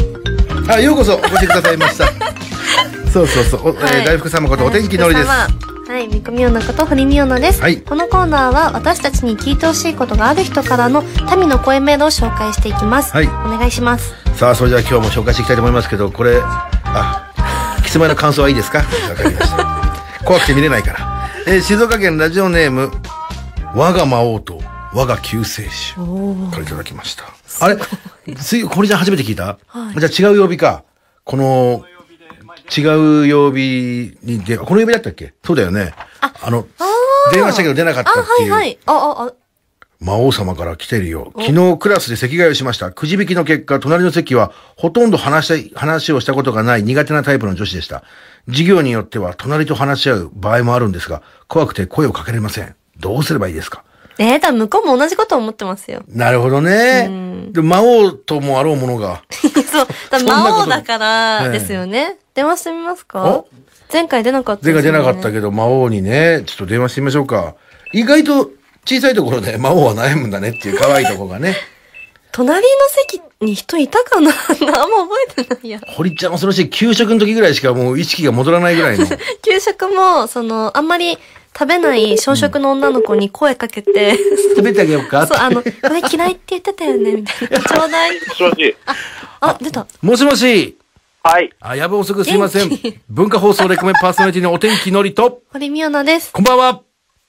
[SPEAKER 1] あようこそお越しくださいましたそうそうそう、お
[SPEAKER 2] は
[SPEAKER 1] えー、大福様ことお天気のりです
[SPEAKER 2] 大福様はい、みこみおのこと、堀みおのです、
[SPEAKER 1] はい
[SPEAKER 2] このコーナーは私たちに聞いてほしいことがある人からの民の声メールを紹介していきます。
[SPEAKER 1] はい
[SPEAKER 2] お願いします。
[SPEAKER 1] さあそれでは今日も紹介していきたいと思いますけどこれあキスマイの感想はいいですかわかりました怖くて見れないから、えー静岡県ラジオネーム我が魔王と我が救世主からいただきましたあれついこれじゃ初めて聞いた、じゃあ違う曜日かこの違う曜日にでこの曜日だったっけそうだよねあの
[SPEAKER 2] ー
[SPEAKER 1] 電話したけど出なかったっ
[SPEAKER 2] あ、は
[SPEAKER 1] てい
[SPEAKER 2] いうはい。あ、あ、あ、
[SPEAKER 1] 魔王様から来てるよ。昨日クラスで席替えをしました。くじ引きの結果、隣の席はほとんど話した、話をしたことがない苦手なタイプの女子でした。授業によっては隣と話し合う場合もあるんですが、怖くて声をかけられません。どうすればいいですか。
[SPEAKER 2] えー、だ、向こうも同じこと思ってますよ
[SPEAKER 1] なるほどね。で魔王ともあろうものが。
[SPEAKER 2] そう。だ、
[SPEAKER 1] そんなこと
[SPEAKER 2] 魔王だから
[SPEAKER 1] ええ
[SPEAKER 2] ですよね。電話してみますか
[SPEAKER 1] お
[SPEAKER 2] 前回出なかった
[SPEAKER 1] 前
[SPEAKER 2] です
[SPEAKER 1] 回出
[SPEAKER 2] よね、
[SPEAKER 1] なかったけど、魔王にね、ちょっと電話してみましょうか。意外と小さいところで魔王は悩むんだねっていう可愛いところがね。
[SPEAKER 2] 隣の席に人いたかな あんま覚えてないや。
[SPEAKER 1] 堀ちゃん恐ろしい給食の時ぐらいしかもう意識が戻らないぐらいの。
[SPEAKER 2] 給食も、その、あんまり食べない小食の女の子に声かけて、
[SPEAKER 1] 食べてあげようかって
[SPEAKER 2] そう、あの、これ嫌いって言ってたよね、みたい な。ちょうだい。
[SPEAKER 3] もしもし。
[SPEAKER 2] あ、出た。
[SPEAKER 1] もしもし。
[SPEAKER 3] はい。
[SPEAKER 1] あ、やぶ遅くすいません
[SPEAKER 2] 元気。
[SPEAKER 1] 文化放送レコメンパーソナリティのお天気のりと、
[SPEAKER 2] 堀美央奈です。
[SPEAKER 1] こんばんは。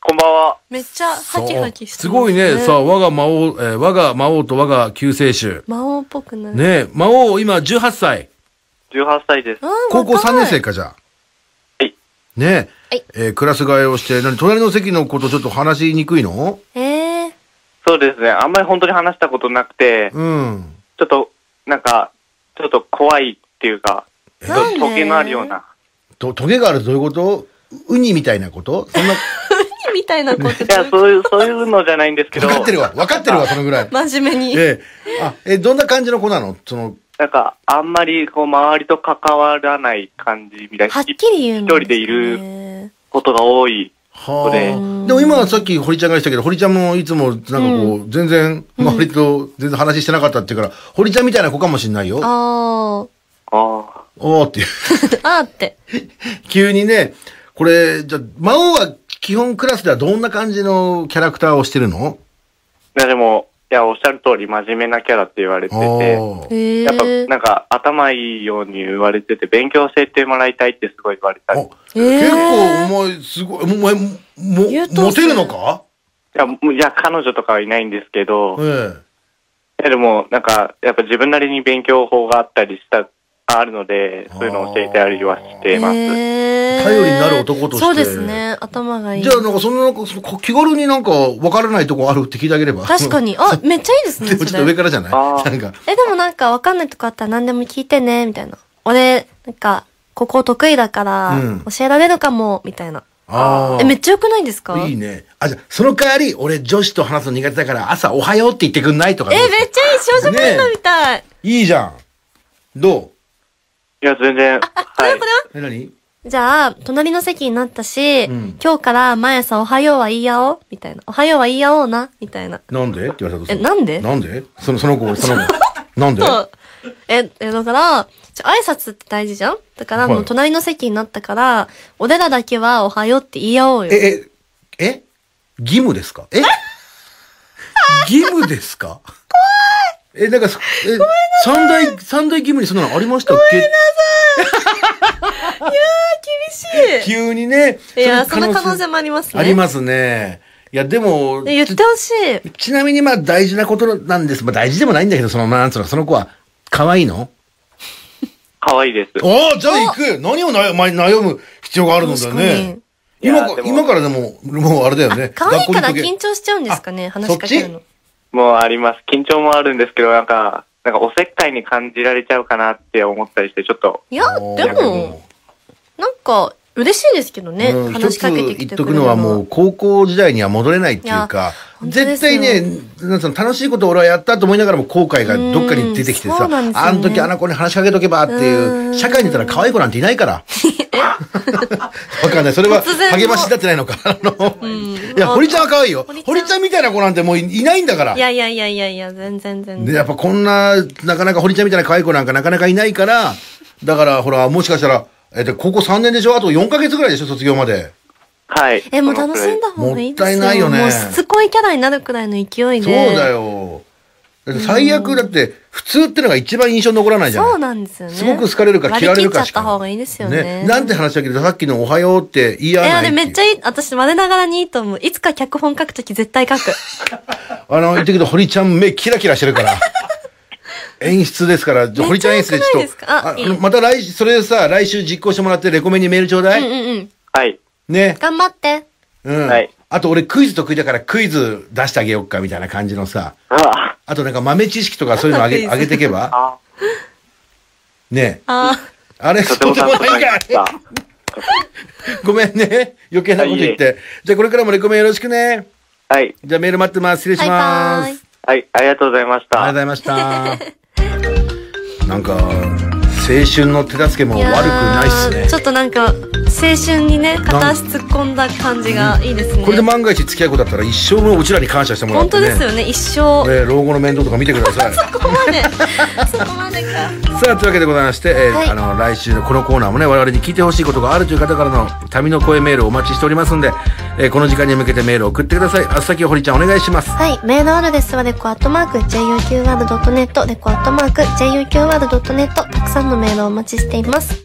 [SPEAKER 3] こんばんは。
[SPEAKER 2] めっちゃハキハキして
[SPEAKER 1] すごいね。さ
[SPEAKER 2] う。
[SPEAKER 1] あ、我が魔王、えー我が魔王と我が救世主。
[SPEAKER 2] 魔王っぽくない。
[SPEAKER 1] ねえ、魔王、今18歳。
[SPEAKER 3] 18歳です
[SPEAKER 2] あ。ー
[SPEAKER 1] 高校
[SPEAKER 2] 若い
[SPEAKER 1] 3年生か、じゃあ
[SPEAKER 3] はい。
[SPEAKER 1] ねえ。
[SPEAKER 2] はい
[SPEAKER 1] えークラス替えをして、何、隣の席のことちょっと話しにくいの
[SPEAKER 2] えー、
[SPEAKER 3] そうですね。あんまり本当に話したことなくて、
[SPEAKER 1] うん。
[SPEAKER 3] ちょっと、なんか、ちょっと怖いっていうか、ちょっと時計のあるような。
[SPEAKER 1] と、トゲがあるとどういうことウニみたいなことそんな、
[SPEAKER 2] みたいなこと
[SPEAKER 3] いや、そういう、そういうのじゃないんですけど、
[SPEAKER 1] 分かってるわ。分かってるわ、そのぐらい。
[SPEAKER 2] 真面目 に。
[SPEAKER 1] ええ。あ、え、どんな感じの子なのその、
[SPEAKER 3] なんか、あんまり、こう、周りと関わらない感じみたいな。
[SPEAKER 2] はっきり言うんですかね
[SPEAKER 3] 一人でいることが多い。
[SPEAKER 1] はあ。
[SPEAKER 3] これ
[SPEAKER 1] でも今さっき堀ちゃんが言ってたけど、堀ちゃんもいつもなんかこう、全然周りと全然話してなかったっていうから、堀ちゃんみたいな子かもしんないよ。
[SPEAKER 2] あー。
[SPEAKER 3] あ
[SPEAKER 1] おーっていう。
[SPEAKER 2] あーって。
[SPEAKER 1] 急にね、これ、じゃあ、魔王は基本クラスではどんな感じのキャラクターをしてるの
[SPEAKER 3] あ。でも、いや、おっしゃる通り、真面目なキャラって言われて
[SPEAKER 1] あ
[SPEAKER 3] て、
[SPEAKER 1] ー
[SPEAKER 2] え
[SPEAKER 3] やっぱ、
[SPEAKER 2] ー。
[SPEAKER 3] なんか、頭いいように言われてて、勉強教えてもらいたいってすごい言われたり
[SPEAKER 1] お
[SPEAKER 2] えー
[SPEAKER 1] 結構お前、すごい、お前、も、
[SPEAKER 2] 優等生
[SPEAKER 1] モテるのか
[SPEAKER 3] いや、もういや、彼女とかはいないんですけど、い
[SPEAKER 1] え
[SPEAKER 3] やでも、なんか、やっぱ自分なりに勉強法があったりした、あるので、そういうのを教えてありはしてます。
[SPEAKER 2] えー
[SPEAKER 1] 頼りになる男として
[SPEAKER 2] そうですね。頭が
[SPEAKER 1] え
[SPEAKER 2] いい。
[SPEAKER 1] じゃあ、なんかその、なんかその気軽になんか分からないとこあるって聞いてあげれば。
[SPEAKER 2] 確か。に。あ、めっちゃいいですね。
[SPEAKER 1] でもちょっと
[SPEAKER 2] それ
[SPEAKER 1] 上からじゃない
[SPEAKER 3] あー
[SPEAKER 1] なんか、
[SPEAKER 2] え、でもなんかわかんないとこあったら何でも聞いてね、みたいな。俺、なんか、ここ得意だから
[SPEAKER 1] うん、
[SPEAKER 2] 教えられるかも、みたいな。
[SPEAKER 1] あー
[SPEAKER 2] え、めっちゃ良くないですか
[SPEAKER 1] いいね。あ、じゃあその代わり、俺女子と話すの苦手だから、朝おはようって言ってくんないとか
[SPEAKER 2] え、
[SPEAKER 1] どう
[SPEAKER 2] めっちゃいい少女漫画みたい。
[SPEAKER 1] いいじゃん。ど
[SPEAKER 3] いや、全然、
[SPEAKER 2] あ、これ
[SPEAKER 3] は
[SPEAKER 2] はいこれは
[SPEAKER 1] うえ、何
[SPEAKER 2] じゃあ、隣の席になったし、
[SPEAKER 1] うん
[SPEAKER 2] 今日から毎朝おはようは言い合おう、みたいな。おはようは言い合おうな、みたいな。
[SPEAKER 1] なんでって言われたと
[SPEAKER 2] え、なんで
[SPEAKER 1] なんでその、その 子、その子。なんで
[SPEAKER 2] そう。え、え、だから、ちょ挨拶って大事じゃんだから、
[SPEAKER 1] はい
[SPEAKER 2] もう隣の席になったから、俺らだけはおはようって言い合おうよ。
[SPEAKER 1] え、え、え義務ですかえ 義務ですか怖いえ、なんかそ、え、三大、三大義務にそんなのありましたっけ
[SPEAKER 2] 厳しい
[SPEAKER 1] 急にね。
[SPEAKER 2] いや、そ
[SPEAKER 1] れ
[SPEAKER 2] の可能性もありますね。
[SPEAKER 1] ありますね。いや、でも、
[SPEAKER 2] で言ってほしい。
[SPEAKER 1] ちなみにまあ大事なことなんです。まあ大事でもないんだけど、その、まあなんつうの、その子は、可愛いの
[SPEAKER 3] 可愛いです。
[SPEAKER 1] ああ、じゃあ行く何をなよお前悩む必要があるのだよね。今
[SPEAKER 3] いや
[SPEAKER 1] か
[SPEAKER 3] でも
[SPEAKER 1] 今からでも、もうあれだよね。
[SPEAKER 2] 可愛いから
[SPEAKER 1] 学校に行
[SPEAKER 2] 緊
[SPEAKER 1] っと
[SPEAKER 2] 張しちゃうんですかね、
[SPEAKER 1] あ
[SPEAKER 2] 話しかけるの。
[SPEAKER 3] もうあります。緊張もあるんですけど、なんか、なんかおせっかいに感じられちゃうかなって思ったりして、ちょっと、
[SPEAKER 2] いや、
[SPEAKER 1] け
[SPEAKER 2] でも、、なんか、嬉しいですけどね、
[SPEAKER 1] うん一
[SPEAKER 2] 話し
[SPEAKER 1] つ
[SPEAKER 2] かけてき
[SPEAKER 1] 言ってと
[SPEAKER 2] く
[SPEAKER 1] く
[SPEAKER 2] れる
[SPEAKER 1] の
[SPEAKER 2] の
[SPEAKER 1] はもう高校時代には戻れないっていうか、
[SPEAKER 2] いや本当で
[SPEAKER 1] 絶
[SPEAKER 2] すよ
[SPEAKER 1] 対ね、なんつうの楽しいこと俺はやったと思いながらも後悔がどっかに出てきて
[SPEAKER 2] うんそ
[SPEAKER 1] さ、
[SPEAKER 2] うなんですよね
[SPEAKER 1] あの時あの子に話しかけとけばっていうう、
[SPEAKER 2] ん
[SPEAKER 1] 社会にいたら可愛い子なんてい ないから。わかんない。それは
[SPEAKER 2] 突然の
[SPEAKER 1] 励ましになってないのか。あの、や、堀ちゃんは可愛いよ
[SPEAKER 2] 堀ちゃ。ん
[SPEAKER 1] 堀ちゃんみたいな子なんてもういいないんだから
[SPEAKER 2] い。やいやいやいやいや、全然全
[SPEAKER 1] で、
[SPEAKER 2] 然。
[SPEAKER 1] やっぱこんな、なかなか堀ちゃんみたいな可愛い子なんかなかなかいないから、だからほら、もしかしたら、えっと、高校3年でしょあと4ヶ月ぐらいでしょ卒業まで。
[SPEAKER 3] はい。
[SPEAKER 2] え、もう楽しんだ方がいいですよ。
[SPEAKER 1] もったいないよね
[SPEAKER 2] もうしつこいキャラになるくらいの勢いで。
[SPEAKER 1] そうだ。よ。だって最悪だって、普通ってのが一番印象に残らないじゃん。
[SPEAKER 2] そうなんですよね。
[SPEAKER 1] すごく好かれるか嫌われるか
[SPEAKER 2] 割り切っちゃ
[SPEAKER 1] し
[SPEAKER 2] っ
[SPEAKER 1] か
[SPEAKER 2] た方がいいですよね。
[SPEAKER 1] なんて話だけど、さっきのおはようって言い合
[SPEAKER 2] いや、
[SPEAKER 1] わ
[SPEAKER 2] あ
[SPEAKER 1] ないって
[SPEAKER 2] れ
[SPEAKER 1] いう。
[SPEAKER 2] めっちゃいい。私、我ながらにいいと思う。いつか脚本書くとき絶対書 く。
[SPEAKER 1] あの、言ってけど、堀ちゃん目キラキラしてる から。演出ですから、じゃあ堀ちゃん演出でちょ
[SPEAKER 2] めっ
[SPEAKER 1] っ
[SPEAKER 2] ちゃ良く
[SPEAKER 1] と。
[SPEAKER 2] ないですかあいい
[SPEAKER 1] のまた来週、それさ、来週実行してもらって、レコメンにメールちょうだ
[SPEAKER 2] うん
[SPEAKER 1] い。
[SPEAKER 2] うんうん。
[SPEAKER 3] はい。
[SPEAKER 1] ね。
[SPEAKER 2] 頑張って。
[SPEAKER 1] うん。
[SPEAKER 3] はい
[SPEAKER 1] あと俺クイズ得意だからクイズ出してあげようか、みたいな感じのさ。
[SPEAKER 3] あ
[SPEAKER 1] あとなんか豆知識とかそういうのあげ、
[SPEAKER 2] なんだ
[SPEAKER 1] あ
[SPEAKER 2] クイズ
[SPEAKER 1] げてけば。
[SPEAKER 3] あ、
[SPEAKER 1] ね。
[SPEAKER 2] あ
[SPEAKER 1] あれ、
[SPEAKER 3] とて
[SPEAKER 1] と
[SPEAKER 3] も
[SPEAKER 1] て
[SPEAKER 3] 楽
[SPEAKER 1] も
[SPEAKER 3] しか
[SPEAKER 1] ない
[SPEAKER 3] っ
[SPEAKER 1] か。
[SPEAKER 3] た。
[SPEAKER 1] ごめんね。余計なこと言っ
[SPEAKER 3] は
[SPEAKER 1] て。じゃあこれからもレコメンよろしくね。
[SPEAKER 3] はい。
[SPEAKER 1] じゃあメール待ってます。失礼
[SPEAKER 2] ー、バ
[SPEAKER 1] し
[SPEAKER 2] イ
[SPEAKER 1] ます。
[SPEAKER 2] バイ。
[SPEAKER 3] はい。ありがとうございました。
[SPEAKER 1] ありがとうございま した。なんか、青春の手助けも
[SPEAKER 2] い
[SPEAKER 1] 悪く
[SPEAKER 2] やー
[SPEAKER 1] ないっすね
[SPEAKER 2] ち。ょっとなんか、青春にね、片足突っ込んだ感じがいいですね。
[SPEAKER 1] これで万が一付き合う子だったら一生分うちらに感謝してもらっ
[SPEAKER 2] 本
[SPEAKER 1] て
[SPEAKER 2] 当
[SPEAKER 1] ね。
[SPEAKER 2] ですよね、一生。
[SPEAKER 1] ね老後の面倒とか見てください。
[SPEAKER 2] そこまで。そこまでか。
[SPEAKER 1] さあ、というわけでございまして、えー
[SPEAKER 2] はい
[SPEAKER 1] あの、来週のこのコーナーもね、我々に聞いてほしいことがあるという方からの民の声メールをお待ちしておりますんで、えーこの時間に向けてメールを送ってください。あっさきを堀ちゃんお願いします。
[SPEAKER 2] はい、メールアドレスはレコアットマーク JUQR.net レコアットマーク JUQR.net たくさんのメールをお待ちしています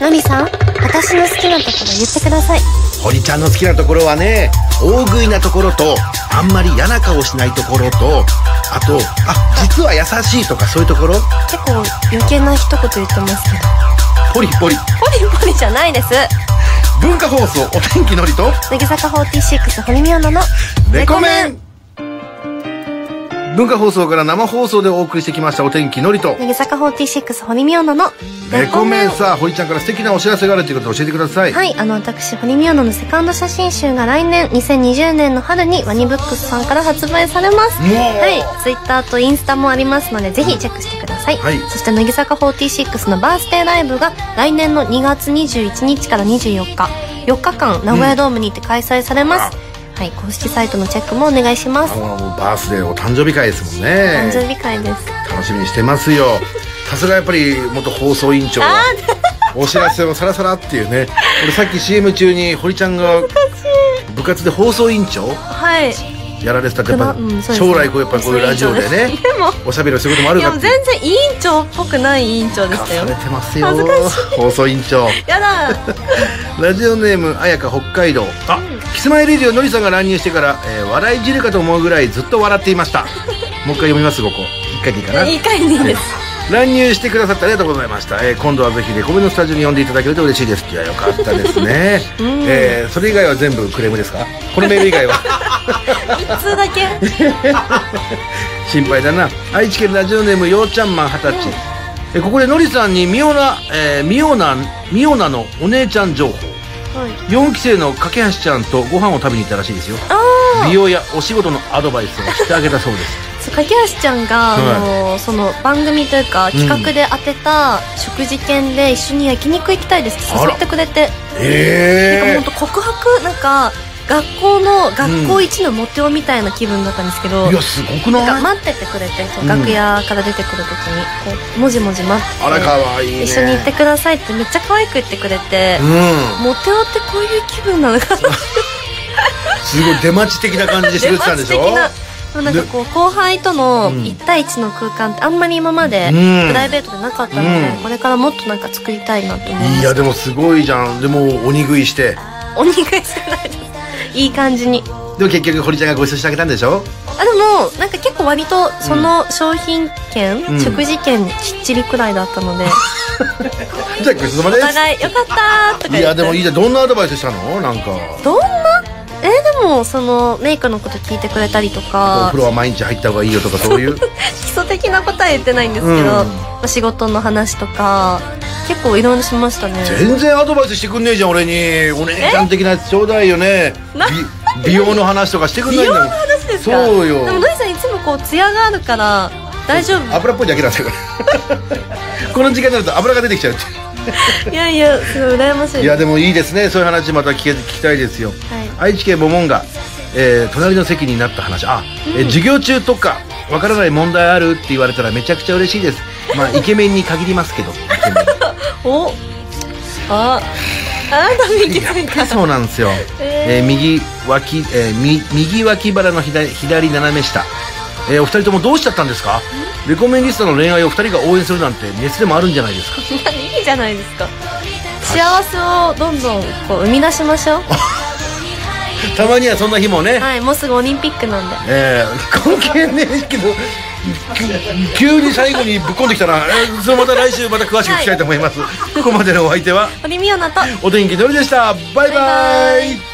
[SPEAKER 2] のりさん私の好きなところ言ってください
[SPEAKER 1] 堀ちゃんの好きなところはね、大食いなところと、あんまり嫌な顔しないところと、あと、あ、実は優しいとかそういうところ、
[SPEAKER 2] 結構余計な一言言ってますけど
[SPEAKER 1] ポリポリ。
[SPEAKER 2] ポリポリじゃないです
[SPEAKER 1] 文化放送お天気のりと
[SPEAKER 2] 乃木坂46堀美央奈の
[SPEAKER 1] レコメン文化放送から生放送でお送りしてきましたお天気のりと
[SPEAKER 2] 乃木坂46堀美央奈の
[SPEAKER 1] レコメンさあ堀ちゃんから素敵なお知らせがあるということで教えてください、
[SPEAKER 2] はい、あの、私、堀美央奈のセカンド写真集が来年、2020年の春にワニブックスさんから発売されます。
[SPEAKER 1] うおー
[SPEAKER 2] はい、ツイッターとインスタもありますので、ぜひチェックしてください。
[SPEAKER 1] はい
[SPEAKER 2] そして、乃木坂46のバースデーライブが来年の2月21日から24日、4日間、名古屋ドームにて開催されます。はい、公式サイトのチェックもお願いします
[SPEAKER 1] あ。のバースデーお誕生日会ですもん
[SPEAKER 2] 誕生
[SPEAKER 1] ね
[SPEAKER 2] 日会です。
[SPEAKER 1] 楽しみにしてますよさすがやっぱり元放送委員長お知らせをさらさらっていうね俺さっき CM 中に堀ちゃんが部活で放送委員長
[SPEAKER 2] はい。
[SPEAKER 1] やられてたってやっぱ、
[SPEAKER 2] くなうんそうですね
[SPEAKER 1] 将来こうやっぱりこういうラジオでね
[SPEAKER 2] でも
[SPEAKER 1] おしゃべりをすることもある
[SPEAKER 2] い
[SPEAKER 1] か
[SPEAKER 2] や、
[SPEAKER 1] っていう
[SPEAKER 2] 全然委員長っぽくない委員長でした
[SPEAKER 1] さ
[SPEAKER 2] よ
[SPEAKER 1] れ。てますよ
[SPEAKER 2] 恥ずかし
[SPEAKER 1] 放送委員長
[SPEAKER 2] やだ
[SPEAKER 1] ラジオネームあやか北海道あ、キスマイレディオのりさんが乱入してから、えー笑いじるかと思うぐらいずっと笑っていましたもう一回読みますここ一回でいいかな
[SPEAKER 2] 一回でいいです。
[SPEAKER 1] 乱入してくださってありがとうございました、えー今度はぜひレコメのスタジオに呼んでいただけると嬉しいですいやよかったですね、えーそれ以外は全部クレームですかこのメール以外 は
[SPEAKER 2] 一通だけ。
[SPEAKER 1] 心配だな愛知県ラジオネームようちゃんマン二十歳、えーここでのりさんにミオナ、えー、ミオナミオナのお姉ちゃん情報
[SPEAKER 2] はい。
[SPEAKER 1] 4期生の架橋ちゃんとご飯を食べに行ったらしいですよ
[SPEAKER 2] あ
[SPEAKER 1] 美容やお仕事のアドバイスをしてあげたそうです
[SPEAKER 2] あ、かけはしちゃんが、あの、その番組というか、企画で当てた食事券で一緒に焼肉行きたいですって誘ってくれて、なんか
[SPEAKER 1] え
[SPEAKER 2] 本当告白、なんか、学校の、学校一のモテ男みたいな気分だったんですけど、
[SPEAKER 1] いやすごく
[SPEAKER 2] なん
[SPEAKER 1] な
[SPEAKER 2] か
[SPEAKER 1] い、
[SPEAKER 2] 待っててくれて、そう
[SPEAKER 1] うん
[SPEAKER 2] 楽屋から出てくるときに、こう、もじもじ待って、
[SPEAKER 1] あらかわいいね
[SPEAKER 2] 一緒に行ってくださいってめっちゃ可愛く言ってくれて、
[SPEAKER 1] うん
[SPEAKER 2] モテ男ってこういう気分なのかな
[SPEAKER 1] すごい出待ち的な感じでしてくれてたんでしょ
[SPEAKER 2] 出待ち的ななんかこう後輩との
[SPEAKER 1] うん
[SPEAKER 2] 1対1の空間ってあんまり今まで
[SPEAKER 1] う
[SPEAKER 2] プ
[SPEAKER 1] ん
[SPEAKER 2] ライベートでなかったので、
[SPEAKER 1] うん
[SPEAKER 2] これからもっとなんか作りたいなと思いま
[SPEAKER 1] い
[SPEAKER 2] す
[SPEAKER 1] やでもすごいじゃんでも鬼食いして
[SPEAKER 2] お願いしてないですいい感じに
[SPEAKER 1] でも結局堀ちゃんがご一緒してあげたんでしょ
[SPEAKER 2] あでもなんか結構割とその商品券、
[SPEAKER 1] うん
[SPEAKER 2] 食事券きっちりくらいだったので、
[SPEAKER 1] じゃあごちそうさま
[SPEAKER 2] お
[SPEAKER 1] です
[SPEAKER 2] 互い「よかった!」とか言って
[SPEAKER 1] いやでもいいじゃんどんなアドバイスしたのなんか
[SPEAKER 2] どんなえでもそのメイクのこと聞いてくれたりと
[SPEAKER 1] お
[SPEAKER 2] か
[SPEAKER 1] 風呂は毎日入った方がいいよとかそういう
[SPEAKER 2] 基礎的なことは言ってないんですけど、
[SPEAKER 1] うん
[SPEAKER 2] まあ仕事の話とか結構いろいろしましたね
[SPEAKER 1] 全然アドバイスしてくんねえじゃん俺にお姉ちゃん的なやつちょうだいよね
[SPEAKER 2] な
[SPEAKER 1] び美容の話とかしてくんないんだもん
[SPEAKER 2] 話ですか
[SPEAKER 1] そうよ
[SPEAKER 2] でものりさんいつもこうツヤがあるから大丈夫
[SPEAKER 1] 油っぽいだけなんだから この時間になると油が出てきちゃうって
[SPEAKER 2] いやいやすごい羨ましい
[SPEAKER 1] いやでもいいですねそういう話また聞け聞きたいですよ、
[SPEAKER 2] はい
[SPEAKER 1] 愛知県モモンガえー隣の席になった話あ、えー授業中とかわからない問題あるって言われたらめちゃくちゃ嬉しいです まあイケメンに限りますけどイケメン
[SPEAKER 2] おああなたみきさんか
[SPEAKER 1] そうなんですよ、えー右脇、えーみ右脇腹の左左斜め下、えーお二人ともどうしちゃったんですかレコメンリストの恋愛を二人が応援するなんて熱でもあるんじゃないです か
[SPEAKER 2] いいじゃないですか幸せをどんどんこう生み出しましょう
[SPEAKER 1] たまにはそんな日もね、
[SPEAKER 2] はいもうすぐオリンピックなんで
[SPEAKER 1] えー関係ねえけどき急に最後にぶっ込んできたな、えーそれまた来週また詳しく聞きたいと思います、ここまでのお相手は
[SPEAKER 2] 堀美央奈と
[SPEAKER 1] お天気のりでしたバイバイ
[SPEAKER 2] バイバイ